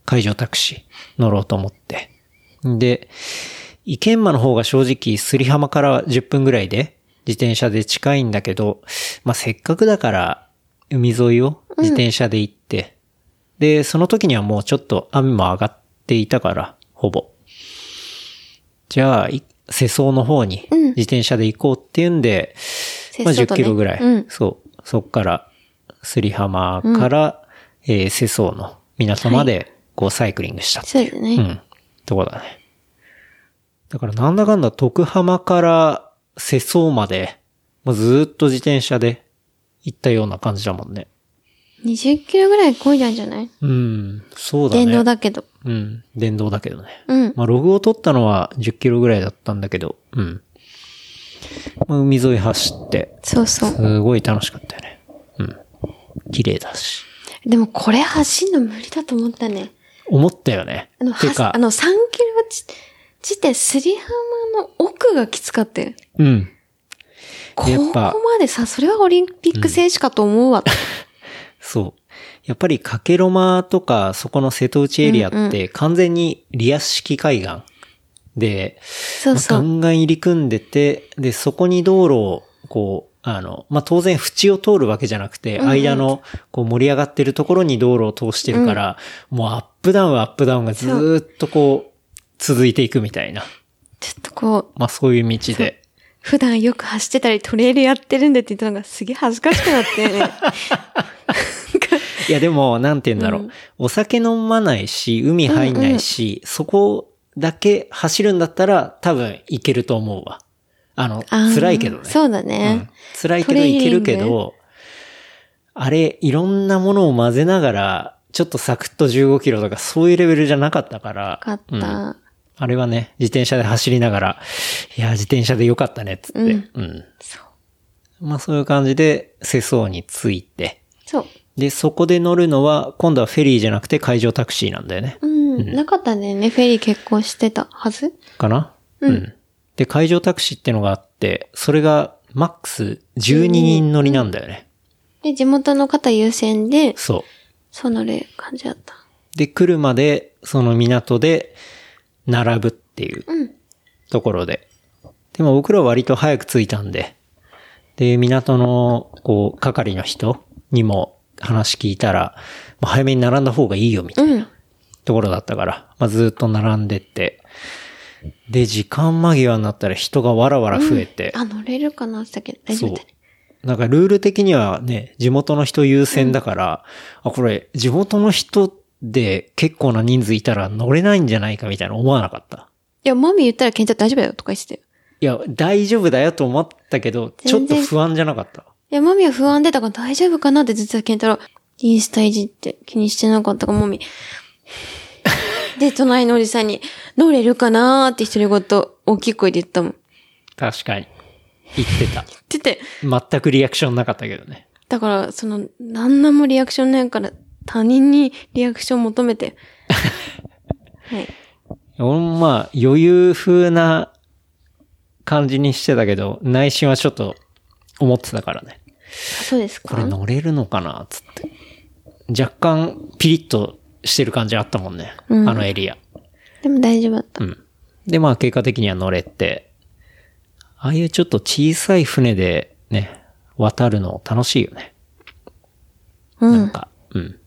会場タクシー乗ろうと思って。で、意見間の方が正直、すり浜から10分ぐらいで、自転車で近いんだけど、まあ、せっかくだから、海沿いを自転車で行って、で、その時にはもうちょっと雨も上がっていたから、ほぼ。じゃあ、い世相の方に
ん
自転車で行こうっていうんで、
清
まあ、
掃と
10
ね
キロぐらい。
うん。
そう。そっから、すり浜から、えー、世相の港まで、こう、サイクリングした
そうですね。
うん。とこだね。だからなんだかんだ徳浜から世相まで、もうずーっと自転車で行ったような感じだもんね。
20キロぐらい漕いだんじゃない
うん。そうだね。
電動だけど。
うん。電動だけどね。
うん。
まあログを取ったのは10キロぐらいだったんだけど、うん。まあ海沿い走って、
そうそう。
すごい楽しかったよね。うん。綺麗だし。
でもこれ走るの無理だと思ったね。
思ったよね。
あの、
て
は
か
あ、の3キロ地地点、すり浜の奥がきつかったよ。
うん。
こ
やっ
こ
ぱ
までさ、それはオリンピック選手かと思うわ。
そう。やっぱりかけろまとか、そこの瀬戸内エリアって完全にリアス式海岸で、
そう
まあ
そ
ガ
う。
ンガン入り組んでて、で、そこに道路を、こう、あの、まあ、当然縁を通るわけじゃなくて、間の、こう盛り上がってるところに道路を通してるから、もうアップダウンはアップダウンがずーっとこう、続いていくみたいな。
ちょっとこう、
まあ、そういう道で。
普段よく走ってたりトレイルやってるんでって言ったのがすげえ恥ずかしくなってね。
いやでも、なんて言うんだろう。お酒飲まないし、海入んないし、そこだけ走るんだったら多分行けると思うわ。あの、
あ ー
辛いけどね。
そうだ
う
ね
ん。辛いけど行けるけ
トレーニン
ど、あれ、いろんなものを混ぜながら、ちょっとサクッと15キロとかそういうレベルじゃなかったから、
よかっ
うん
た。
あれはね、自転車で走りながら、いや、自転車でよかったね、つって。
うん
うん。
そう。
まあそういう感じで、世相について、
そう。
で、そこで乗るのは、今度はフェリーじゃなくて海上タクシーなんだよね。
うん。なかったんだよね。フェリー結婚してたはず
かなうん。で、海上タクシーってのがあって、それがマックス12人乗りなんだよね。
で、地元の方優先で、
そ
そう乗る感じだった。
う。で、来るまで、その港で、並ぶっていう
うん。
ところで。でも僕らは割と早く着いたんで、で、港の、こう、係の人にも話聞いたら、まあ早めに並んだ方がいいよ、みたいな。
うん。
ところだったから、まあ、ずっと並んでって、で、時間間際になったら人がわらわら増えて、
あ、乗れるかなって言ったけど、大丈
そ
夫
う
だね。。
なんかルール的にはね、地元の人優先だから、あ、これ、地元の人で結構な人数いたら乗れないんじゃないかみたいな思わなかった。
いや、マミ言ったらケンちゃん大丈夫だよとか言ってたよ。
いや、大丈夫だよと思ったけど、ちょっと不安じゃなかった。
いや、マミは不安でだから大丈夫かなって実はケンタロウ、インスタいじって気にしてなかったから、マミ。で、隣のおじさんに、乗れるかなーって一人ごと大きい声で言ったもん。
確かに。言ってた。
ってて、
全くリアクションなかったけどね。
だから、その、何なんもリアクションないから、他人にリアクション求 めて。はい。
俺もまあ、余裕風な感じにしてたけど、内心はちょっと思ってたからね。
あそうです
こ
か
れ乗れるのかなつって。若干ピリッとしてる感じあったもんね。
うん
あのエリア。
でも大丈夫だった。
うん。で、まあ結果的には乗れて、ああいうちょっと小さい船でね、渡るの楽しいよね。
うん。
なんか、うん。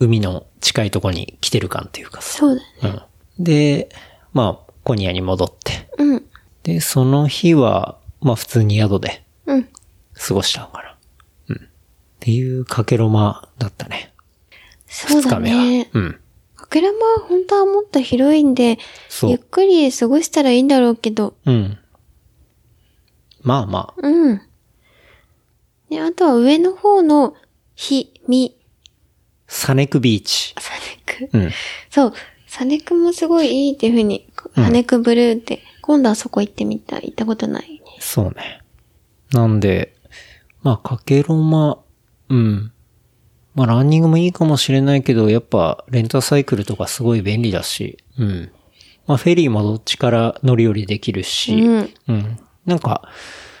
海の近いとこに来てる感っていうかさ。
そうだね。
うん。で、まあ、コニアに戻って。
うん。
で、その日は、まあ普通に宿で
うん。
過ごしたのかな。うん。っていうかけろまだったね。
そう
二
だ
日目は
ね。。
うん。
かけらまは本当はもっと広いんで、
そう
ゆっくり過ごしたらいいんだろうけど、
うん。まあまあ、
うん。で、あとは上の方の、ひ、み、
サネクビーチ。
サネク。
うん。
そう。サネクもすごいいいっていうふうに、サネクブルーって、今度はそこ行ってみたい。行ったことないね。
そうね。なんで、まあ、かけろま、うん。まあ、ランニングもいいかもしれないけど、やっぱ、レンタサイクルとかすごい便利だし、うん。まあ、フェリーもどっちから乗り降りできるし、
うん。
うん。なんか、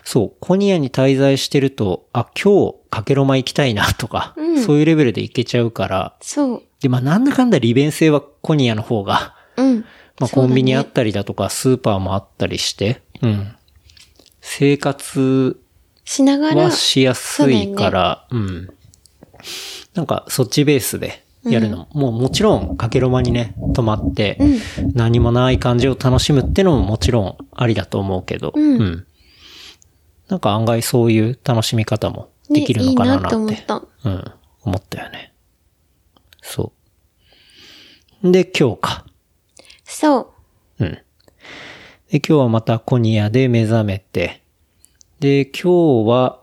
そう、コニアに滞在してると、あ、今日、かけろま行きたいなとか、
うん
そういうレベルで行けちゃうから、
そう。
で、まあ、なんだかんだ利便性はコニアの方が、
うん。
まあ、
そ
コ
うだね
ンビニあったりだとか、スーパーもあったりして、うん。生活
しながら
は、しやすいから、うん。なんか、そっちベースでやるのも、もうもちろん、かけろまにね、泊まって、何もない感じを楽しむってのももちろんありだと思うけど、
うん
なんか案外そういう楽しみ方も
ね
できるのかななんて、
いいなって思っ
うん、思ったよね。そう。で、今日か。
そう。
うん。で、今日はまたコニアで目覚めて、で、今日は、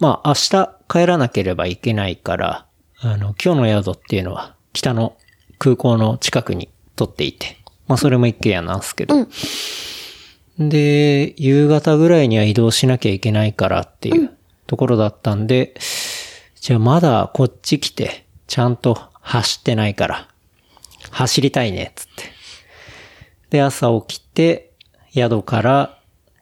まあ明日帰らなければいけないから、あの、今日の宿っていうのは北の空港の近くに取っていて、まあそれも一軒家なんですけど、で、夕方ぐらいには移動しなきゃいけないからっていうところだったんで、じゃあまだこっち来て、ちゃんと走ってないから、走りたいね、つって。で、朝起きて、宿から、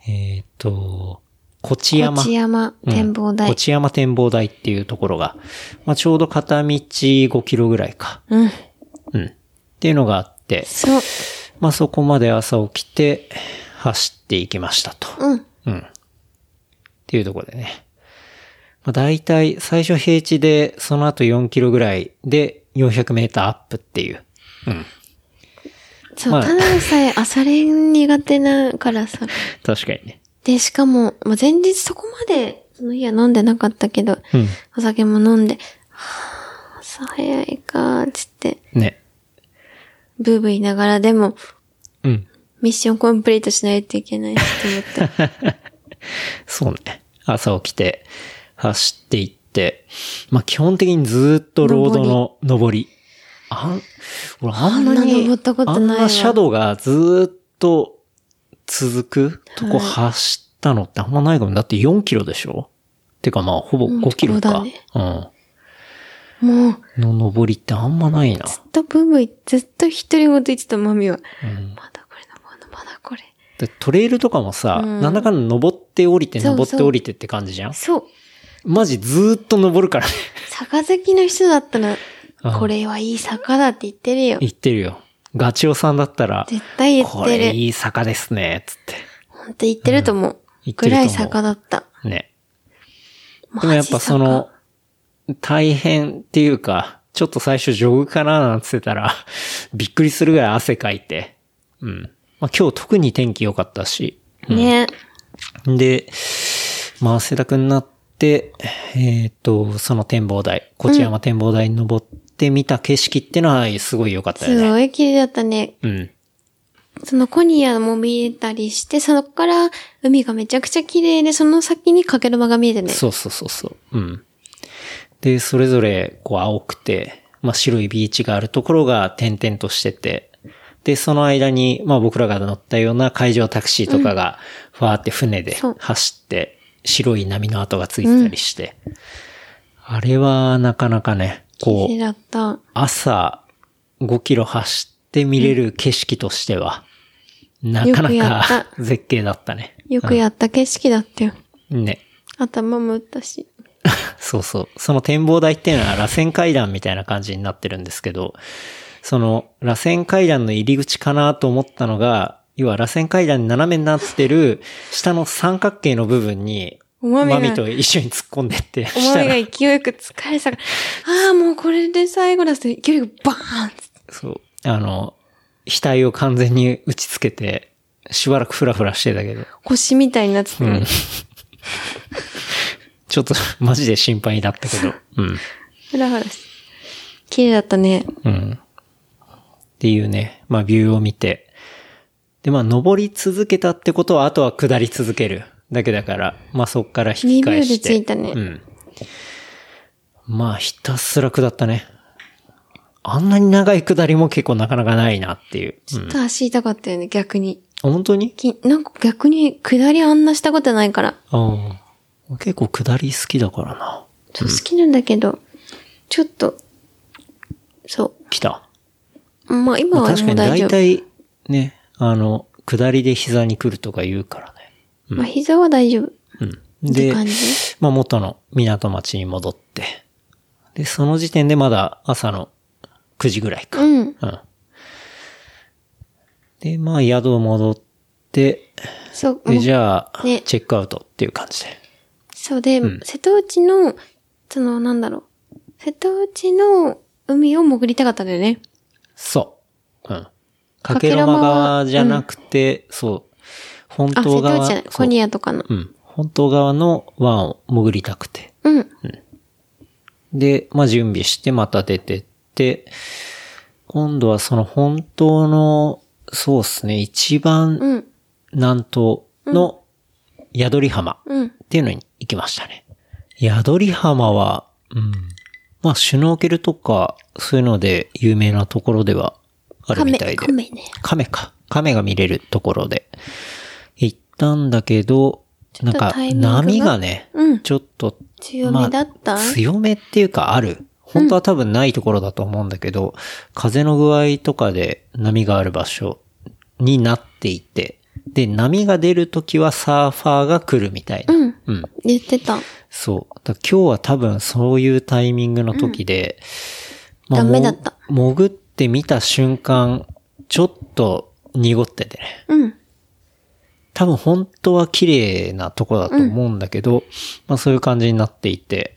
えっ、と、コチ山。
内山
うん
展望台。
内山展望台っていうところが、まあ、ちょうど片道5キロぐらいか。
うん。
うん。っていうのがあって、
そう。
まあ、そこまで朝起きて、走っていきましたと。
うん。
うん。っていうところでね。まあ、大体、最初平地で、その後4キロぐらいで400メーターアップっていう。うん。
そう、
まあ
ただでさえ朝練苦手だからさ。
確かにね。
で、しかも、まあ、前日そこまで、その日は飲んでなかったけど、
うん。
お酒も飲んで、はぁ、朝早いか、つって、
ね。
ブーブー言いながら、でも、
うん。
ミッションコンプリートしないといけないしと思って。
そうね。朝起きて、走っていって、まあ、基本的にずーっとロードの上り。あん、俺あんな
あんな
に、
登ったことないわ
あんなシャドウがずーっと続くとこ走ったのってあんまないかも。だって4キロでしょてかまあ、ほぼ5キロか。
うんそ
う
う
ん。
も う、
の上りってあんまないな。
ずっとブーブー、ずっと独り言言ってたマミは。
うん
まだこれ登るの、まだこれ。
でトレイルとかもさ、
うん
なんだかんだ登って降りて
そうそう
登って降りてって感じじゃん
そう。
マジずーっと登るからね。
坂好きの人だったら
うん、
これはいい坂だって言ってるよ。
言ってるよ。ガチオさんだったら、
絶対言っ
こ
て
れ
る。
いい坂ですね、つっ
本当言ってると思う。
言ってると
ぐら
思う
い坂だった。
て。ね。で
マジ
もやっぱその
坂、
大変っていうか、ちょっと最初ジョグかななんつってたら、 びっくりするぐらい汗かいて。うん。まあ今日特に天気良かったし。うん
ね。
で、まあ、汗だくになって、えっ、と、その展望台、こち山展望台に登ってみた景色ってのは、すごい良かったよ
す
ね。
ごい綺麗だったね。
うん。
そのコニアも見えたりして、そこから海がめちゃくちゃ綺麗で、その先にかける間が見えてね。
そうそうそうそう。うん。で、それぞれ、こう、青くて、まあ、白いビーチがあるところが点々としてて、で、その間に、まあ、僕らが乗ったような海上タクシーとかが、ふわーって船で
そう
走って、白い波の跡がついてたりして、あれは、なかなかね、こ
綺
う
麗、だった。
朝5キロ走って見れる景色としては、なか
よくや
な
っ
か
た
絶景だったね。
よくやった景色だったよ。
ね。
頭も打ったし。
そうそう。その展望台っていうのは螺旋階段みたいな感じになってるんですけど、その螺旋階段の入り口かなと思ったのが、要は螺旋階段に斜めになってる下の三角形の部分に、
おまみが
と一緒に突っ込んでって、
お
したら
前が勢いよく疲れてたから、ああ、もうこれで最後だって勢いよくバーンって
そう。あの、額を完全に打ちつけて、しばらくフラフラしてたけど、
星みたいになってた、
うんちょっとマジで心配だったけど、うん。
ふらふらして。綺麗だったね。
うん。っていうね、まあビューを見て。で、まあ登り続けたってことは、あとは下り続けるだけだから、まあそっから引き返して。
2秒で着いたね
うん。まあひたすら下ったね。あんなに長い下りも結構なかなかないなっていう。
ちょっと足痛かったよね、逆に。
うん、本当に
きなんか逆に下りあんなしたことないから。
ああ。結構下り好きだからな。
ちょっと好きなんだけど、ちょっと、そ
来た。
う。まあ
ま
今
あ
は
確か
もう
に
大丈
大
夫。
体ね、あの、下りで膝に来るとか言うからね。
まあ膝は大丈夫。
うん。
って
で
感じ、
まあ元の港町に戻って、で、その時点でまだ朝の9時ぐらいか。
うん。
うん。で、まあ宿戻って、
そう。も
で、
う
じゃあ、
ね
チェックアウトっていう感じで。
そうで、
うん
瀬戸内の、その、なんだろう。瀬戸内の海を潜りたかったんだよね。
そう。うん。か
か
け
け
ろ
ろ
ま
ま
側じゃなくて、そう。本
あ、瀬戸
当
内
側
じゃない。。
そ
コ
う
ニアとかの。
うん。本当側の湾を潜りたくて。
うん。
で、まあ、準備してまた出てって、今度はその本当の、そうですね、一番
うん。
南東の宿り浜っ
うん。
ていうのに行きましたね。宿り浜は、うん。まあ、シュノーケルとか、そういうので有名なところではあるみ
亀、
たいで。
亀ね。
亀か。亀が見れるところで行ったんだけど、なんか
タイミングが
波がね、
うん
ちょっと
強めだった、
まあ強めっていうかある。本当は多分ないところだと思うんだけど、風の具合とかで波がある場所になっていて、で、波が出るときはサーファーが来るみたいな。
うん。
うん。
言ってた。
そう。だから今日は多分そういうタイミングの時で、まあ
ダメだった
も潜ってみた瞬間、ちょっと濁っててね。
うん。
多分本当は綺麗なとこだと思うんだけど、まあそういう感じになっていて、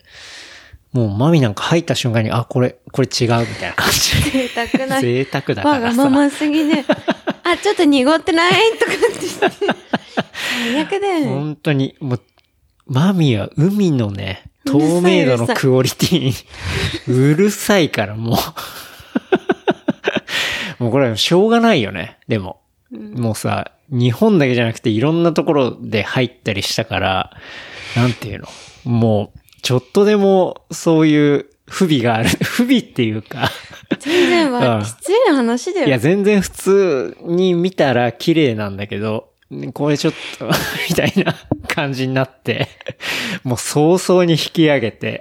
もうマミなんか入った瞬間に、あ、これ、これ違うみたいな感じ。
贅沢な。
贅沢だ
バ
か
ーが
ら
ま
さ。
ま過ぎ で。あ、ちょっと濁ってないとかってして。最悪 だよね。
本当に、もう、マミは海のね、透明度のクオリティに、うるさいからもう。 もうこれはしょうがないよね、でも。もうさ、日本だけじゃなくていろんなところで入ったりしたから、なんていうのもう、ちょっとでもそういう不備がある。 不備っていうか、
全然
うん
わ、失礼な話だ
い や
よ。
全然普通に見たら綺麗なんだけど、これちょっと、 みたいな感じになって、もう早々に引き上げて、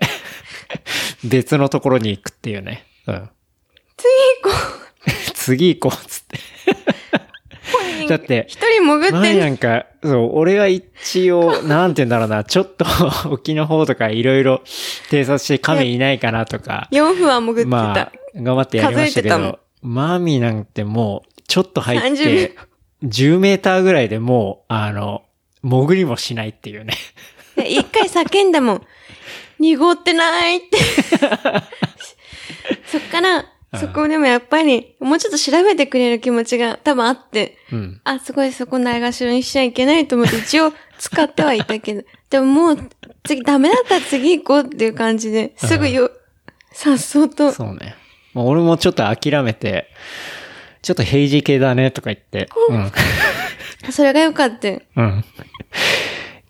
別のところに行くっていうね。うん。
次行こ
次行こうっつって。だって
う。、一人潜っ
前
て
な
る。
んか、そう、俺は一応、なんて言うんだろうな、ちょっと 沖の方とかいろいろ偵察して亀いないかなとか、
4分は潜って
まあ
た。、
頑張ってやりましたけ
数えて
ど、マーミーなんてもう、ちょっと入って、10メーターぐらいでもう、あの、潜りもしないっていうね。
で一回叫ん だもん。濁ってないって。そっから、そこでもやっぱり、もうちょっと調べてくれる気持ちが多分あって、
うん。
あ、すごいそこないがしろにしちゃいけないと思って一応使ってはいたけど、 でももう次ダメだったら次行こうっていう感じで、すぐよ、さっそうと、
そうね。まあ、俺もちょっと諦めて、ちょっとヘイジー系だねとか言って、うん。
それが良かった。
うん。っ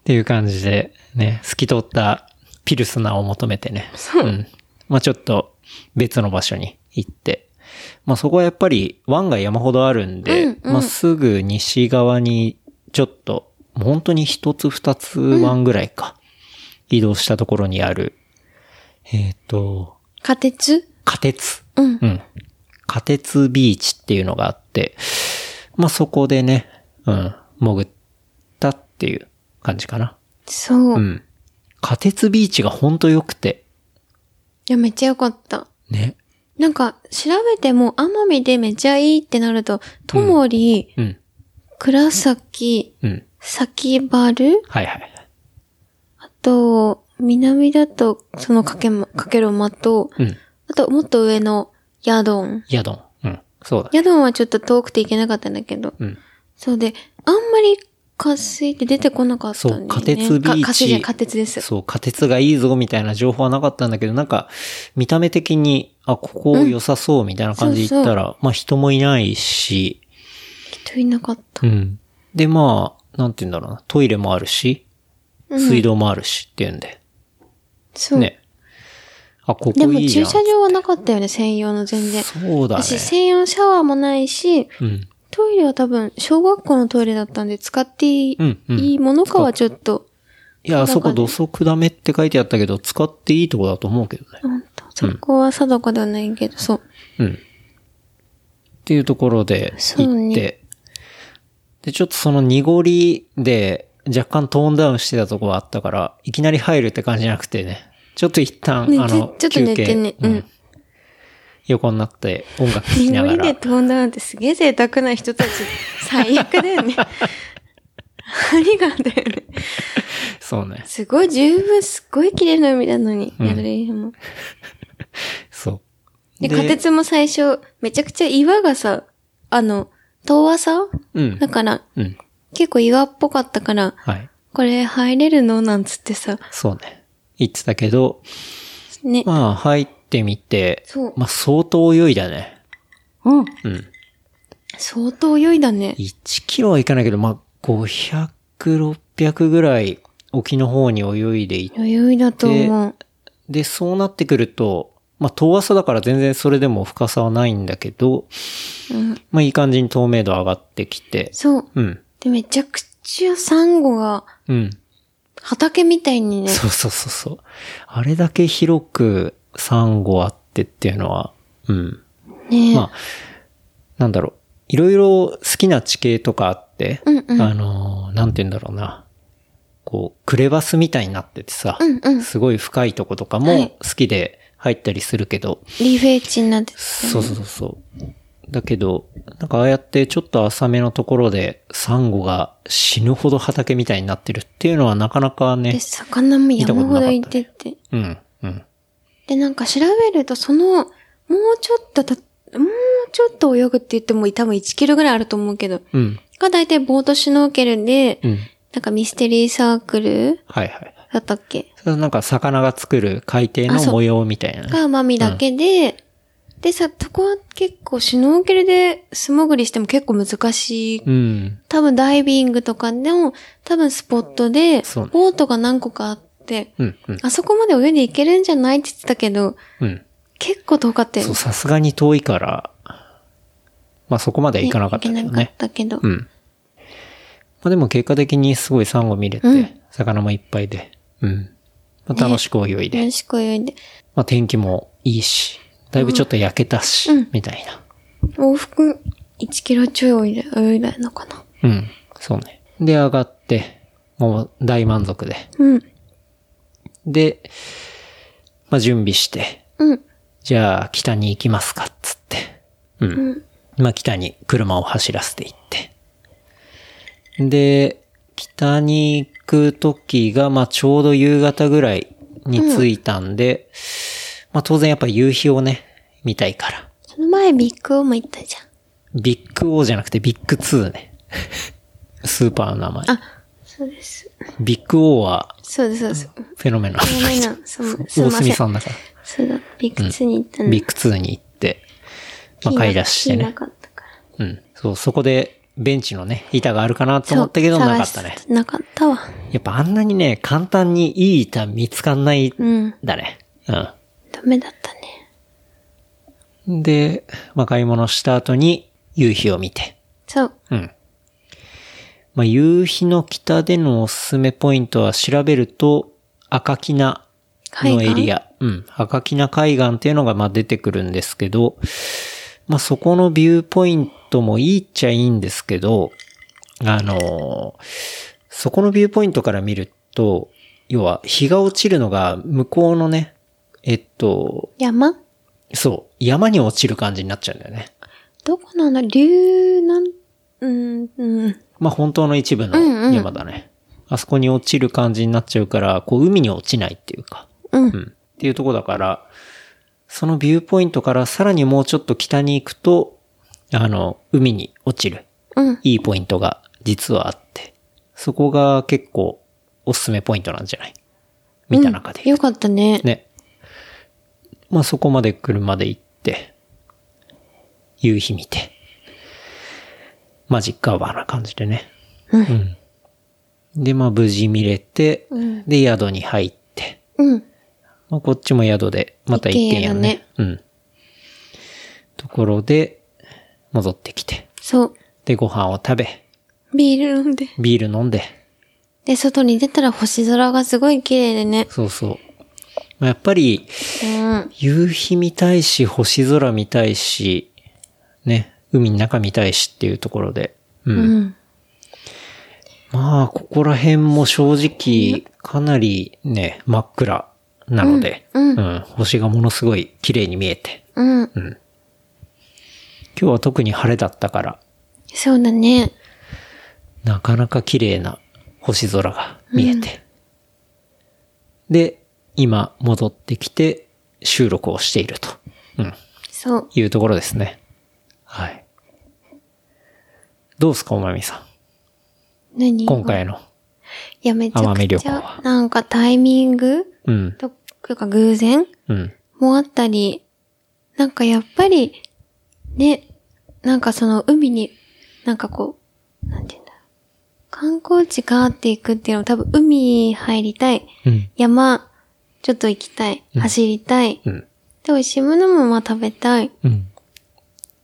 ていう感じで、ね、透き通ったピルスナーを求めてね。
そう
うん。まあちょっと別の場所に行って。まあそこはやっぱり湾が山ほどあるんで、
うんうん
まあすぐ西側にちょっと、もう本当に一つ二つ湾ぐらいか、移動したところにある、えっ、と、
仮鉄
仮鉄。
うん。
うん。仮鉄ビーチっていうのがあって、まあ、そこでね、うん、潜ったっていう感じかな。
そう。
う
い
ん。仮鉄ビーチがほんと良くて、
や、めっちゃ良かった。
ね。
なんか、調べても、奄美でめっちゃいいってなると、ともり、
うん、
倉崎、
うん。
崎原
はいはい。
あと、南だと、そのかけま、かける間と、
うん。
あと、もっと上の、ヤドン。
ヤドン。うん。そうだ。
ヤドンはちょっと遠くて行けなかったんだけど。
うん。
そうで、あんまり火水って出てこなかった
そ
んだよ
う、
ね。
仮鉄ビ
か
ー
火水じゃ
チ。
ない仮鉄です。
そう、仮鉄がいいぞみたいな情報はなかったんだけど、なんか、見た目的に、あ、ここ良さそうみたいな感じで行ったら、まあ人もいないし、
人いなかった。
うん。で、まあ、なんて言うんだろうな。トイレもあるし、水道もあるしっていうんで。
そう。
ね。あ、ここいい
で
やん。
も駐車場はなかったよね、専用の全然。
そうだね。
私、専用シャワーもないし、
うん。
トイレは多分、小学校のトイレだったんで、使っていい,、
うんうん
いいものかはちょっと、
いや、あそこ
なんか
土
ね
足ダメって書いてあったけど、使っていいとこだと思うけどね。
ほんとそこは定かではないけど、そう。
うん。っていうところで
そう
行っ
ね
て、で、ちょっとその濁りで若干トーンダウンしてたとこはあったから、いきなり入るって感じじゃなくてね、ちょっと一旦、
ね
あの、
ちょちょっと寝てね
休憩
うん
横になって音楽聴きな
濁
が
り
ら。
で飛んだなんてすげえ贅沢な人たち、最悪だよ ね。ありがだよね。
そうね。
すごい十分、すっごい綺麗な海なのに、
うん
やるれも。
そう。
で、仮鉄も最初、めちゃくちゃ岩がさ、あの、遠浅
うん
だ。から、
うん。
結構岩っぽかったから、
はい。
これ入れるのなんつってさ、
そうね。言ってたけど、
ね。
まあ入ってみて、
そう
まあ相当泳いだね。
うん。
うん。
相当泳いだね。
1キロはいかないけど、まあ500、600ぐらい沖の方に泳いでいて、
泳いだと思う。
で、そうなってくると、まあ遠浅だから全然それでも深さはないんだけど、
うん。
まあいい感じに透明度上がってきて、
そう。
うん。
で、めちゃくちゃサンゴが、
うん。
畑みたいにね、
そうそうそうそう。あれだけ広くサンゴあってっていうのは、うん。
ね
まあ、なんだろう。いろいろ好きな地形とかあって、
うんうん
あのー、なんて言うんだろうな。こう、クレバスみたいになっててさ、
うんうん
すごい深いとことか
は
も
い
好きで入ったりするけど、
リフェイチになってて
そうそうそうそう。だけど、なんかああやってちょっと浅めのところでサンゴが死ぬほど畑みたいになってるっていうのはなかなか
で、
ね、
魚も山ほどいてて。
うん、うん。
で、なんか調べると、その、もうちょっとた、もうちょっと泳ぐって言っても多分1キロぐらいあると思うけど、
うん、
が大体ボートシュノーケルで、
うん。
なんかミステリーサークル
はいはい。
だったっけ
それはなんか魚が作る海底
あ
の
そう
模様みたいなね。
がマミだけで、でさ、そこは結構シュノーケルで素潜りしても結構難しい。
うん。
多分ダイビングとかでも、多分スポットで
そうね、
ボートが何個かあって、
うん、うん、
あそこまで泳いでいけるんじゃないって言ってたけど、
うん。
結構遠かったよ
そ
ね
う、。さすがに遠いから、まあそこまではいかなかったけ
ね
ど
いけなか
ね
っ。たけど。
うん。まあでも結果的にすごいサンゴ見れて、
うん
魚もいっぱいで、うん。まあ楽しく泳いで、
楽しく泳いで。
まあ天気もいいし、だいぶちょっと焼けたし、みたいな。
往復1キロちょい泳いで泳いだのかな。
うん。そうね。で、上がって、もう大満足で。
うん。
で、まあ準備して、
うん。
じゃあ北に行きますか、っつって。うん。まあ北に車を走らせていって。で、北に行く時が、まあちょうど夕方ぐらいに着いたんで、まあ当然やっぱ夕日をね、見たいから。
その前ビッグオも行ったじ
ビッグ O じゃなくてビッグ2ね。 スーパーの名前
ゃ。ん。あ、そうです。
ビッグ O は
そうです、そうです。
フェノメナル。
ごめ んな、す
そう
みすみ
大
ませ
隅
ん。
さ
そ
んだから。
うだ、ビッグ2に行ったん
ビッグ2に行って、まあ、買い出して
な
ね。
かったから。
うん。そう、そこでベンチのね、板があるかなと思ったけど、
そう
なかったね
探。してなかったわ。
やっぱあんなにね、簡単にいい板見つかんない、
うん。
だね。うん。
ダメだったね。
で、まあ、買い物した後に夕日を見て。
そう。
うん。まあ、夕日の北でのおすすめポイントは調べると、赤木名のエリア。うん。赤木名海岸っていうのがまあ出てくるんですけど、まあ、そこのビューポイントもいいっちゃいいんですけど、あのーそこのビューポイントから見ると、要は日が落ちるのが向こうのね、えっと、
山
そう、山に落ちる感じになっちゃうんだよね。
どこなんだ竜、なん、うん、うん。
まあ本当の一部の山だね。あそこに落ちる感じになっちゃうから、こう海に落ちないっていうか。
う
う
ん
ん。っていうとこだから、そのビューポイントからさらにもうちょっと北に行くと、あの、海に落ちる。
うん。
いいポイントが実はあって。そこが結構おすすめポイントなんじゃない見た中で。
よかったね。
ね。まあそこまで車で行って、夕日見て、マジックアワーな感じでね。
うん
うんで、まあ無事見れて、
うん
で、宿に入って、
うん。
まあこっちも宿で、また一軒家のね。うん。ところで、戻ってきて、
そう。
で、ご飯を食べ、
ビール飲んで。
ビール飲んで、
で、外に出たら星空がすごい綺麗でね。
そうそう。まあ、やっぱり、
うん。
夕日見たいし、星空見たいし、ね、海の中見たいしっていうところで。うん。
うん。
まあ、ここら辺も正直、かなりね、真っ暗なので、
うんうん
星がものすごい綺麗に見えて。
うん。
今日は特に晴れだったから、
そうだね。
なかなか綺麗な星空が見えて。で、今戻ってきて収録をしていると。うん。
そう。
いうところですね。はい。どうすか、おまみさ
何
ん。今。回の。
いや、めちゃ
奄美
く
旅
ち
行は
ゃ、なんかタイミング
うん。
とか偶然
うん。
もあったり、なんかやっぱり、ね、なんかその海に、なんかこう、なんて言うんだろう観光地ガーって行くっていうのは多分海入りたい。
うん。
山、ちょっと行きたい。走りたい。
うん。
で、美味しいものもまあ食べたい。っ
うん。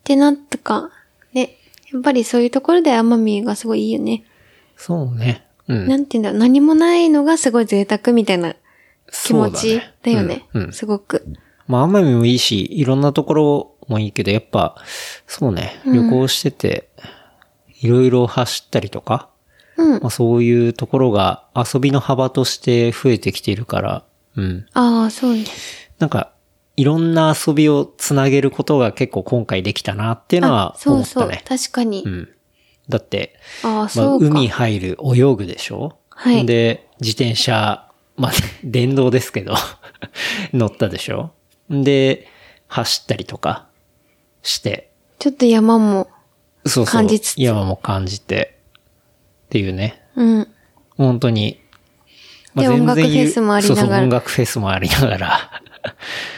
てなったか。ね。やっぱりそういうところで奄美がすごいいいよね。
そうね。うん。
なんて言うんだろう。何もないのがすごい贅沢みたいな気持ちだよね。
そうだうん。うん
すごく。
まあ、奄美もいいし、いろんなところもいいけど、やっぱ、そうね。旅行してて、いろいろ走ったりとか、
うん。
まあ、そういうところが遊びの幅として増えてきているから、うん。
ああ、そうね。
なんか、いろんな遊びをつなげることが結構今回できたなっていうのは
あそ
思
う
っ
そ
た
う。
ね。
確かに。
うん。だって、
ああ、
まあ、
そうか。
海入る、泳ぐでしょ
はい
で、自転車、まあ、 電動ですけど、 乗ったでしょで、走ったりとかして、
ちょっと山も。
そうそう。
感じつつ
山も感じて、っていうね。
うん。
本当に。
で
全然
音楽フェスもありながら
そうそう、音楽フェスもありながら。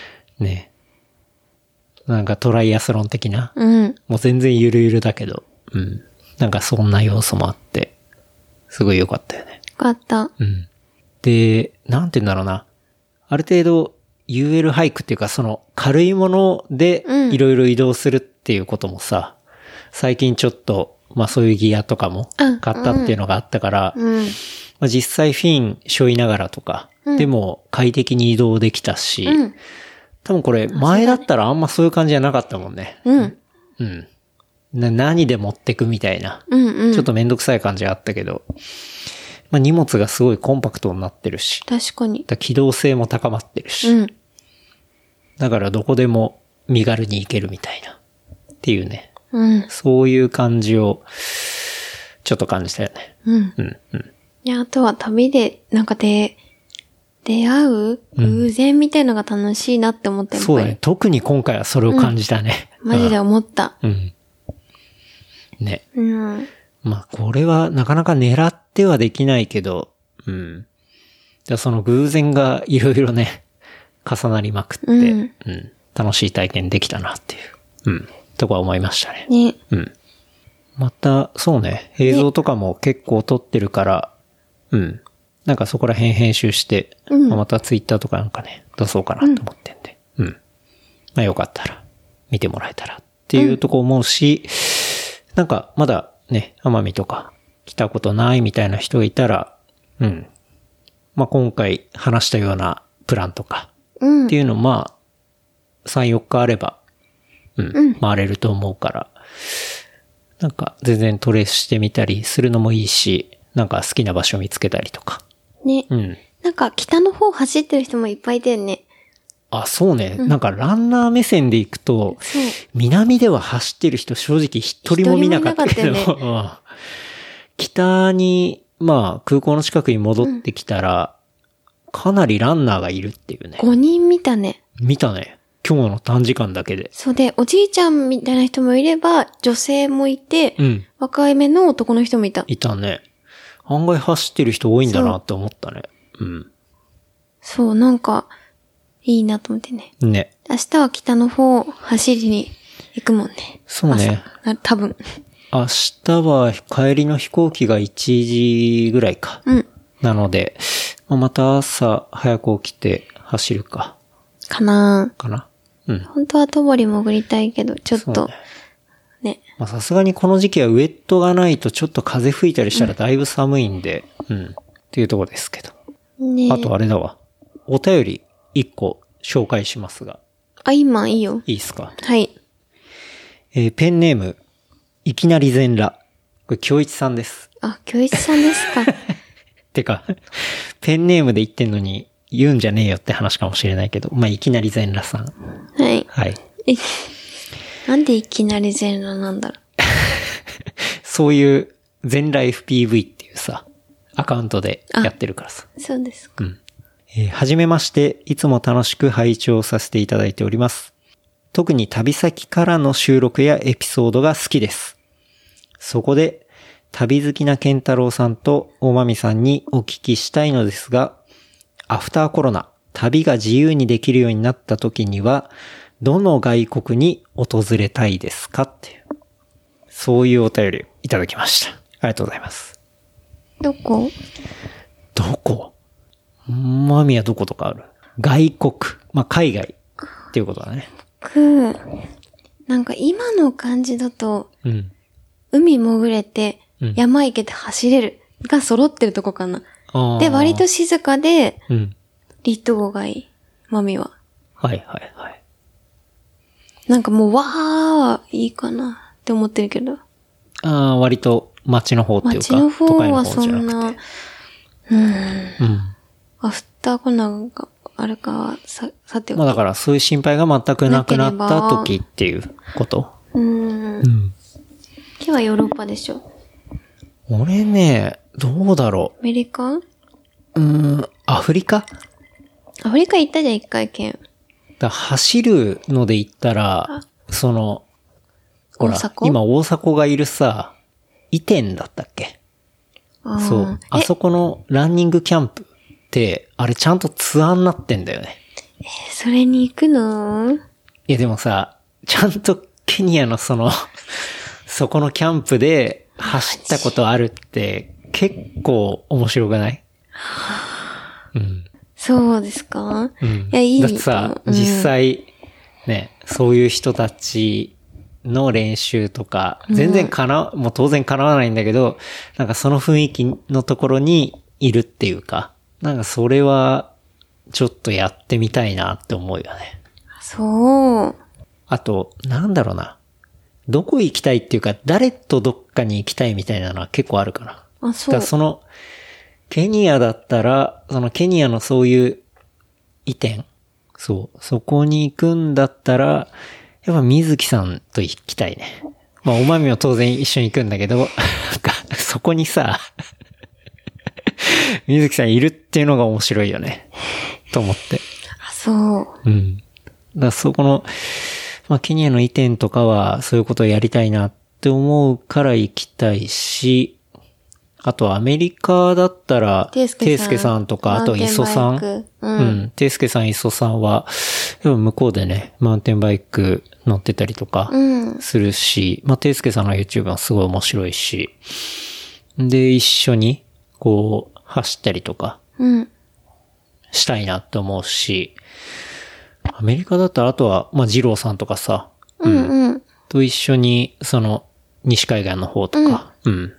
ね。なんかトライアスロン的な。
うん。
もう全然ゆるゆるだけど。うん。なんかそんな要素もあって、すごい良かったよね。
よかった。
うん。で、なんて言うんだろうな。ある程度、UL ハイクっていうか、その軽いもので
うん
いろいろ移動するっていうこともさ、最近ちょっと、まあそういうギアとかも
うん
買ったっていうのがあったから、
うん。
まあ、実際フィン背負いながらとか、
うん
でも快適に移動できたし、
うん。
多分これ前だったらあんまそういう感じじゃなかったもんね。
うん。
うん。な何で持ってくみたいな。
うん。うん。
ちょっとめんどくさい感じがあったけど、まあ、荷物がすごいコンパクトになってるし、
確かに。
だから機動性も高まってるし、
うん。
だからどこでも身軽に行けるみたいな。っていうね。
うん。
そういう感じを、ちょっと感じたよね。
うん。
うん、うん。
いや、あとは旅で、なんかで、出会う偶然みたいのが楽しいなって思ったやっぱ
そ
り
うだね。特に今回はそれを感じたね。
マジで思った。
うん。ね。
うん。
まあ、これはなかなか狙ってはできないけど、うん。じゃあその偶然がいろいろね、 重なりまくって、
う
うんん、楽しい体験できたなっていう、うん、とこは思いましたね。
ね。
うん。また、そうね、映像とかも結構撮ってるから、うん。なんかそこら辺編集して、
うん
まあまたツイッターとかなんかね、出そうかなと思ってんで、うん。まあよかったら、見てもらえたらっていうとこ思うし、なんかまだね、奄美とか来たことないみたいな人がいたら、うん。まあ今回話したようなプランとか、
うん
って。いうの、まあ、3、4日あれば、うん、
うん
回れると思うから、なんか全然トレースしてみたりするのもいいし、なんか好きな場所見つけたりとか。
ね。
うん。
なんか北の方走ってる人もいっぱいいたよね。
あ、そうね。なんかランナー目線で行くと、
そう。
南では走ってる人正直一人も見なかったけど、
一人 も
うん北に、まあ空港の近くに戻ってきたら、かなりランナーがいるっていうね。
5人見たね。
見たね。今日の短時間だけで。
そうで、おじいちゃんみたいな人もいれば、女性もいて、
うん。
若い目の男の人もいた。
いたね。案外走ってる人多いんだなって思ったね。うん。
そう、なんか、いいなと思ってね。
ね。
明日は北の方、走りに行くもんね。
そうね
朝。あ多分。
明日は帰りの飛行機が1時ぐらいか。
うん。
なので、まあまた朝早く起きて走るか、
かな
かな。うん。
本当は戸堀潜りたいけど、ちょっ
そ
と
うね、
ね。
まあさすがにこの時期はウェットがないとちょっと風吹いたりしたらだいぶ寒いんで、うん。っていうとこですけど。
ね
あとあれだわ。お便り1個紹介しますが、
あ、今いいよ。
いいですか
はい。
えーペンネーム、いきなり全裸。これ、京一さんです。
あ、教室さんです か。
てか、ペンネームで言ってんのに、言うんじゃねえよって話かもしれないけど、まあ、いきなり全裸さん。
はい。
はい。
えなんでいきなり全裸なんだろ
そういう、全裸 FPV っていうさ、アカウントでやってるからさ。
う。そうですか。
えーはじめまして、いつも楽しく拝聴させていただいております。特に旅先からの収録やエピソードが好きです。そこで、旅好きな健太郎さんと大まみさんにお聞きしたいのですが、アフターコロナ、旅が自由にできるようになった時には、どの外国に訪れたいですかっていう、そういうお便りをいただきました。ありがとうございます。
どこ
どこマミはどことかある外国。まあ、海外。っていうことだね。
く、なんか今の感じだと、
うん。
海潜れて
うん、
山行けて走れる。が揃ってるとこかな。
あー
で、割と。静かで、
うん。
リットゴがいい。マミは。
はいはいはい。
なんかもう、わーはいいかなって思ってるけど。
ああ、割と街の方っていうか。
街の方
都会
は
の方
そ
じゃ
ん
なく
な、うん。
て。うん。
アフターコロナがあるかはさ、さておき。
まあだからそういう心配が全くなくなった時っていうこと。
うーん。
うん。
今日はヨーロッパでしょ。
俺ね、どうだろ
アメリカ
う。うーん、アフリカ
アフリカ行ったじゃん、一回県。
だ走るので言ったら、その、ほら
大迫、
今大迫がいるさ、移転だったっけ
あー
そう。あ
え、
そこのランニングキャンプって、あれちゃんとツアーになってんだよね。
それに行くの
いやでもさ、ちゃんとケニアのその、 そこのキャンプで走ったことあるって、結構面白くないうん。
そうですか、
うん。
いや、いい
だってさ、
うん
実際、ね、そういう人たちの練習とか、全然かな、もう当然叶わないんだけど、なんかその雰囲気のところにいるっていうか、なんかそれは、ちょっとやってみたいなって思うよね。
そう。
あと、なんだろうな。どこ行きたいっていうか、誰とどっかに行きたいみたいなのは結構あるかな。
あ、
だ
そ
か
う
ら。その、ケニアだったら、そのケニアのそういう移転。そう。そこに行くんだったら、やっぱ水木さんと行きたいね。まあ、おまみも当然一緒に行くんだけど、なんかそこにさ、水木さんいるっていうのが面白いよね。と思って。
あ、そう。
うん。だからそこの、まあ、ケニアの移転とかはそういうことをやりたいなって思うから行きたいし、あとアメリカだったら、
ていすけさん
さんとか、あと磯さ
マウンテン
ん。
バイクうん
うん。ていすけさん、磯さんは、でも向こうでね、マウンテンバイク乗ってたりとか、
うん。
するし、まあ、ていすけさんの YouTube もすごい面白いし、で、一緒に、こう、走ったりとか
うん。
したいなって思うし、アメリカだったら、あとは、まあ、二郎さんとかさ、
うん。うん。
と一緒に、その、西海岸の方とか、うん、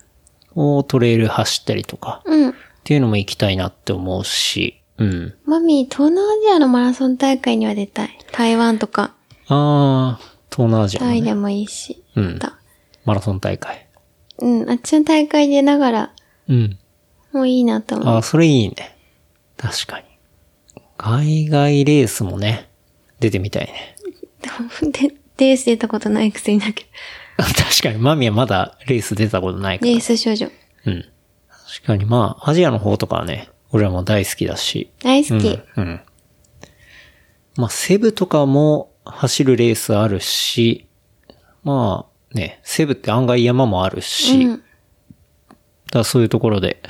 をトレイル走ったりとか、っ
うん。
ていうのも行きたいなって思うし、うん。
マミー、東南アジアのマラソン大会には出たい。台湾とか、
あー、東南アジアの
タイ
ね、
でもいいし。
うん
だ
マラソン大会。
うん、あっちの大会出ながら、
うん。
もういいなと思う。
あ、それいいね。確かに。海外レースもね、出てみたいね。
で、レース出たことないくせにだけ
確かに、マミはまだレース出たことない
ど。
から
レー。ス少女。
うん。確かに、まあ、アジアの方とかはね、俺らも大好きだし。
大好き。
うん。うん。まあ、セブとかも走るレースあるし、まあ、ね、セブって案外山もあるし、
う
だか
ん。
らそういうところで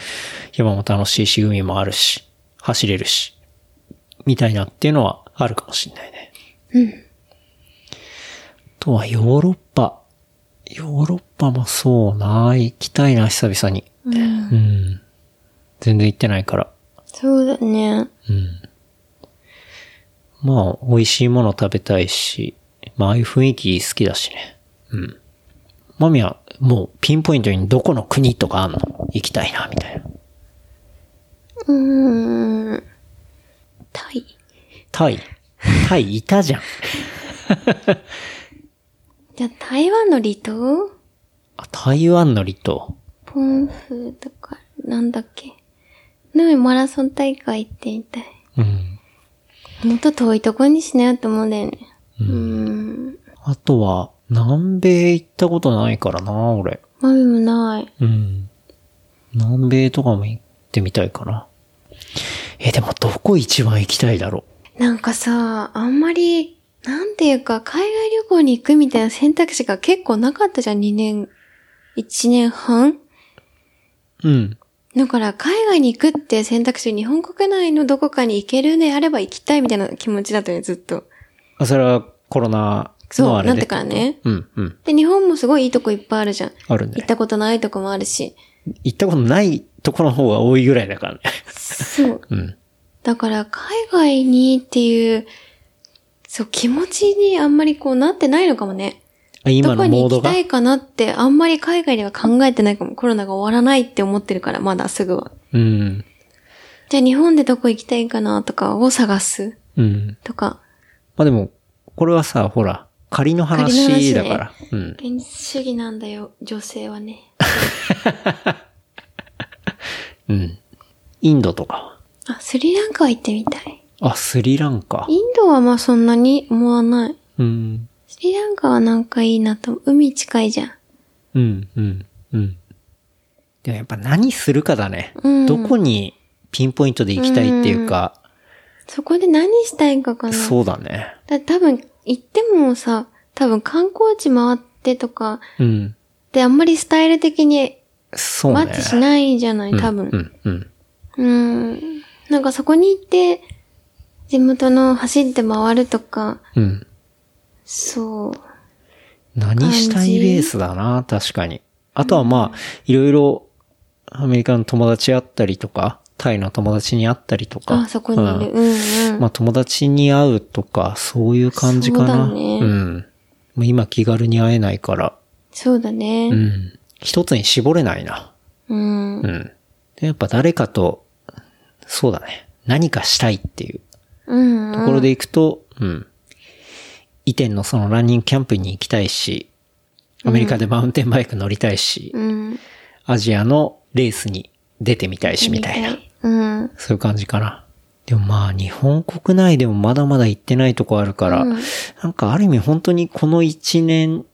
山も楽しいし、海もあるし、走れるし、みたいなっていうのはあるかもしれないね。
うん。
あとはヨーロッパ。ヨーロッパもそうな、行きたいな、久々に。
うん、
うん。全然行ってないから。
そうだね。
うん。まあ、美味しいもの食べたいし、まあ、ああいう雰囲気好きだしね。うん。マミは、もう、ピンポイントにどこの国とかあんの行きたいな、みたいな。
うーん。タイ。
タ イ。タイいたじゃん。
じゃあ、台湾の離島
あ台湾の離島。
ポンフとか、なんだっけ。のマラソン大会行ってみたい。
うん。
もっと遠いとこにしなよって思うんだよね。うーん。
あとは、南米行ったことないからな、俺。
マミもない。
うん。南米とかも行ってみたいかな。え、でもどこ一番行きたいだろ
なんかさ、あんまり、なんていうか、海外旅行に行くみたいな選択肢が結構なかったじゃん、2年、1年半
う。うん。
だから、海外に行くって選択肢、日本国内のどこかに行けるね、あれば行きたいみたいな気持ちだったよね、ずっと。
あそれはコロナ
そ
の
う、
あれ
なっ
で
て。からね。
うん、うん。
で、日本もすごいいいとこいっぱいあるじゃん。
ある
行っ
ね。
たことないとこもあるし。
行ったことないとこの方が多いぐらいだ からね。
そう。
うん。
だから、海外にっていう、そう、気持ちにあんまりこうなってないのかもね。
あ今
どこ
の
に
モ
行
ード
き
が
た。いかなって、あんまり海外では考えてないかも。コロナが終わらないって思ってるから、まだすぐは。
うん。
じゃあ日本でどこ行きたいかなとかを探す
うん。
とか。
まあでも、これはさ、ほら、仮の話だから。うん。
現実主義なんだよ、女性はね。
うん。インドとか。
あ、スリランカは行ってみたい。
あ、スリランカ。
インドはまあそんなに思わない。
うん。
スリランカはなんかいいなと。海近いじゃん。
うん、うん、うん。でもやっぱ何するかだね。
うん
どこにピンポイントで行きたいっていうか、
そこで何したいかかな。
そうだね。
だ多分、行ってもさ、多分観光地回ってとか、
うん。
であんまりスタイル的に
そうね。
マッチしないじゃない、多分。
うん、うん。
うん。なんかそこに行って、地元の走って回るとか、
うん。
そう。
何したいベースだな、確かに。あとはまあ、いろいろ、アメリカの友達会ったりとか、タイの友達に会ったりとか。
あ、そこにいる。
う
うんうんん。
まあ友達に会うとか、そういう感じかな。
そうだね
ん。もう今気軽に会えないから。
そうだね
う。ん。一つに絞れないな。
うん。
うん。でやっぱ誰かと、そうだね。何かしたいっていう
うん。
ところで行くと、うん。移転のそのランニングキャンプに行きたいし、アメリカでマウンテンバイク乗りたいし、
うん。
アジアのレースに出てみたいし、みたいな。
うん。
そういう感じかな。でもまあ、日本国内でもまだまだ行ってないとこあるから、
うん
なんかある意味本当にこの1年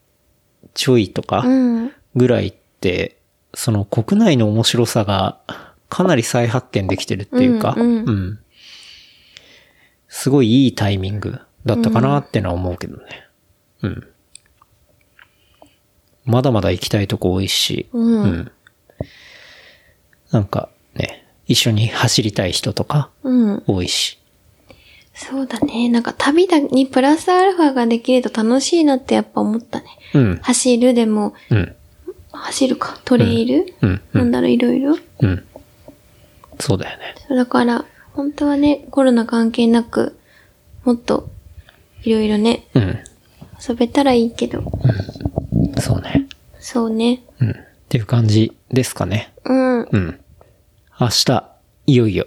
ちょいとか
うん。
ぐらいって、その国内の面白さがかなり再発見できてるっていうか、
うんうん
すごいいいタイミングだったかなってのは思うけどね。うん。まだまだ行きたいとこ多いし、
うん
なんかね、一緒に走りたい人とか
うん。
多いし。
そうだね。なんか旅だにプラスアルファができると楽しいなってやっぱ思ったね。
うん。
走るでも、
うん。
走るか、トレイル、
うん。う。
なんんだろう、いろいろ。
うん。そうだよね。
そうだから、本当はね、コロナ関係なく、もっと、いろいろね、
う
遊べたらいいけど。
ん。そうね。
そうね。
うん。っていう感じですかね。
うん。
うん。明日、いよいよ、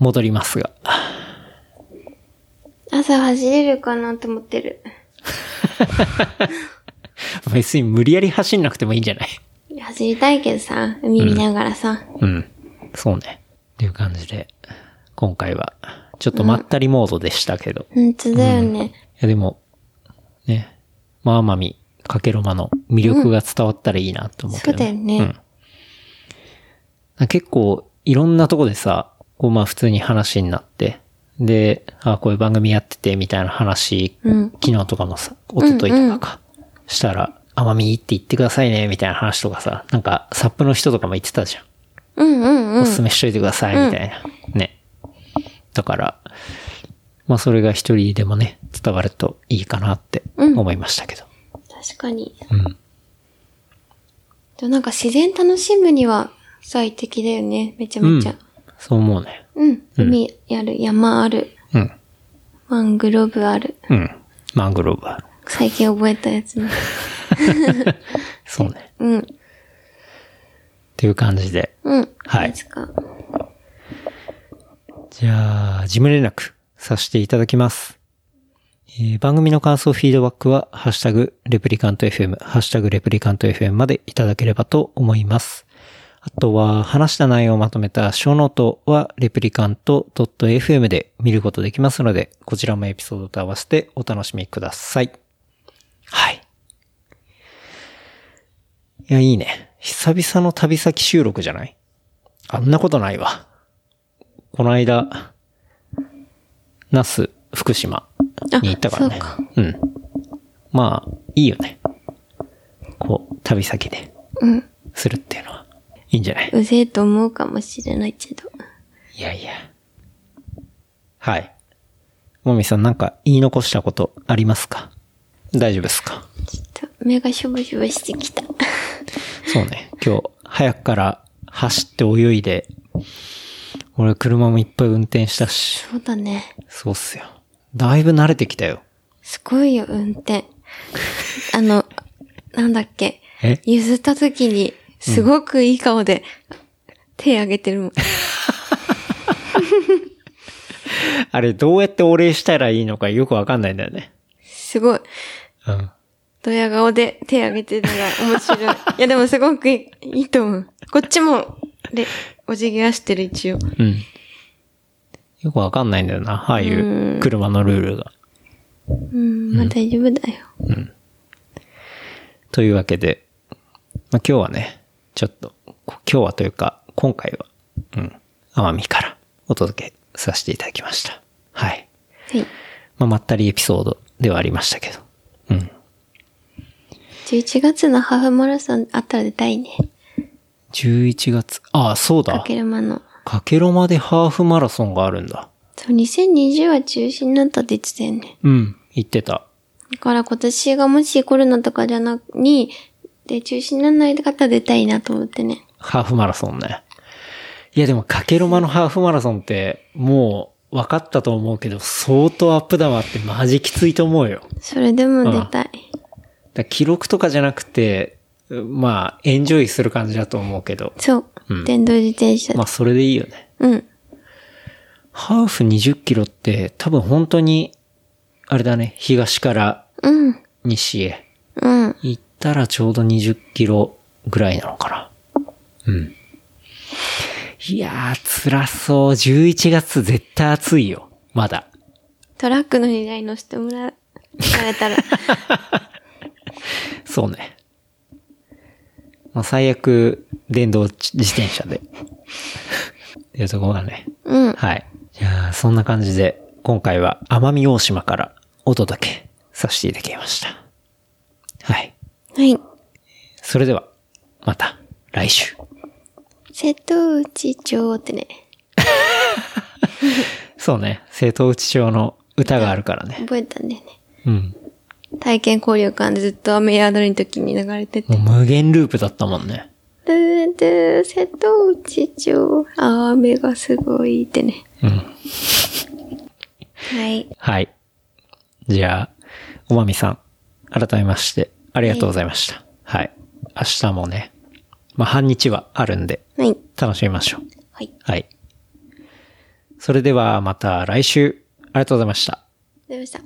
戻りますが。
朝走れるかなと思ってる。
別に無理やり走んなくてもいいんじゃない
走りたいけどさ、海見ながらさ。
うん。そうね。っていう感じで、今回は、ちょっとまったりモードでしたけど。い
本当だよね。
や、でも、ね、まあまみ、かけろまの魅力が伝わったらいいなと思うけど、
そうだよね
うん結構、いろんなとこでさ、こうまあ普通に話になって、で、あこういう番組やってて、みたいな話、
うん
昨日とかもさ、一昨日とかか、したら、あまみいいって言ってくださいね、みたいな話とかさ、なんか、サップの人とかも言ってたじゃん。
うんうんうん。
おすすめしといてください、みたいな。ね。だから、まあそれが一人でもね、伝わるといいかなって思いましたけど。
確かに。
うん。
でもなんか自然楽しむには最適だよね。めちゃ
う
め
ん
ちゃ。。
そう思うね。
うん。海ある、山ある、
うん。
マングローブある。
うん。マングローブある。
最近覚えたやつね。
そうね。
うん。
っていう感じで。
うん。
はい
ですか。
じゃあ、事務連絡させていただきます。えー番組の感想、フィードバックは、ハッシュタグ、レプリカント FM、ハッシュタグ、レプリカント FM までいただければと思います。あとは、話した内容をまとめた小ノートは、レプリカント .fm で見ることできますので、こちらもエピソードと合わせてお楽しみください。はい。いや、いいね。久々の旅先収録じゃないあんなことないわ。この間、那須、福島に行ったからね。
あそう
うん。まあ、いいよね。こう、旅先で、
うん。
するっていうのは、いいんじゃないう
ぜえと思うかもしれないけど。
いやいや。はい。もみさん、なんか言い残したことありますか大丈夫ですか
ちょっと目がしょぼしょぼしてきた。
そうね。今日、早くから走って泳いで、俺、車もいっぱい運転したし、
そうだね。
そうっすよ。だいぶ慣れてきたよ。
すごいよ、運転。あの、なんだっけ。
え
譲った時に、すごくいい顔で、手挙げてるもん。
あれ、どうやってお礼したらいいのかよくわかんないんだよね。
すごい。
うん。
ドヤ顔で手挙げてるのが面白い。いや、でもすごくいいいいと思う。こっちも、で、お辞儀はしてる一応。
うん。よくわかんないんだよな、ああいう車のルールが。
うん、まあ大丈夫だよ。
というわけで、まあ、今日はね、ちょっと、こ今日はというか、今回は、うん、奄美からお届けさせていただきました。はい。
はい。
まあ、まったりエピソードではありましたけど。うん。
11月のハーフマラソンあったら出たいね。
11月、ああ、そう
か
だ。
けるまの。
かけろまでハーフマラソンがあるんだ。
そう、2020は中止になったって言ってたよね。
うん。言ってた。
だから今年がもしコロナとかじゃなく、に、で、中止にならない方は出たいなと思ってね。
ハーフマラソンね。いやでも、かけろまのハーフマラソンって、もう分かったと思うけど、相当アップダウンあってマジきついと思うよ。
それでも出た
だ
い。
から記録とかじゃなくて、うまあ、エンジョイする感じだと思うけど、
そう。
うん
電動自転車。
まあ、それでいいよね。
うん。
ハーフ20キロって、多分本当に、あれだね、東から
うん。
西へ
うん。
行ったらちょうど20キロぐらいなのかな。うん。いやー、辛そう。11月絶対暑いよ。まだ。
トラックの荷台乗せてもら、さ れたら。
そうね。まあ、最悪、電動自転車 で。っていうところだね。
うん。
はい。じゃあ、そんな感じで、今回は奄美大島からお届けさせていただきました。はい。
はい。
それでは、また来週。
瀬戸内町ってね、
そうね、瀬戸内町の歌があるからね。
覚えたんだよね。
うん。
体験交流館でずっと雨宿りの時に流れてて。
もう無限ループだったもんね。
ドゥドゥ、瀬戸内町、雨がすごいってね。
うん。
はい。
はい。じゃあ、おまみさん、改めまして、ありがとうございました。はい。明日もね、まあ、半日はあるんで、
はい。
楽しみましょう。
はい。
はい。それではまた来週、ありがとうございました。
出ました。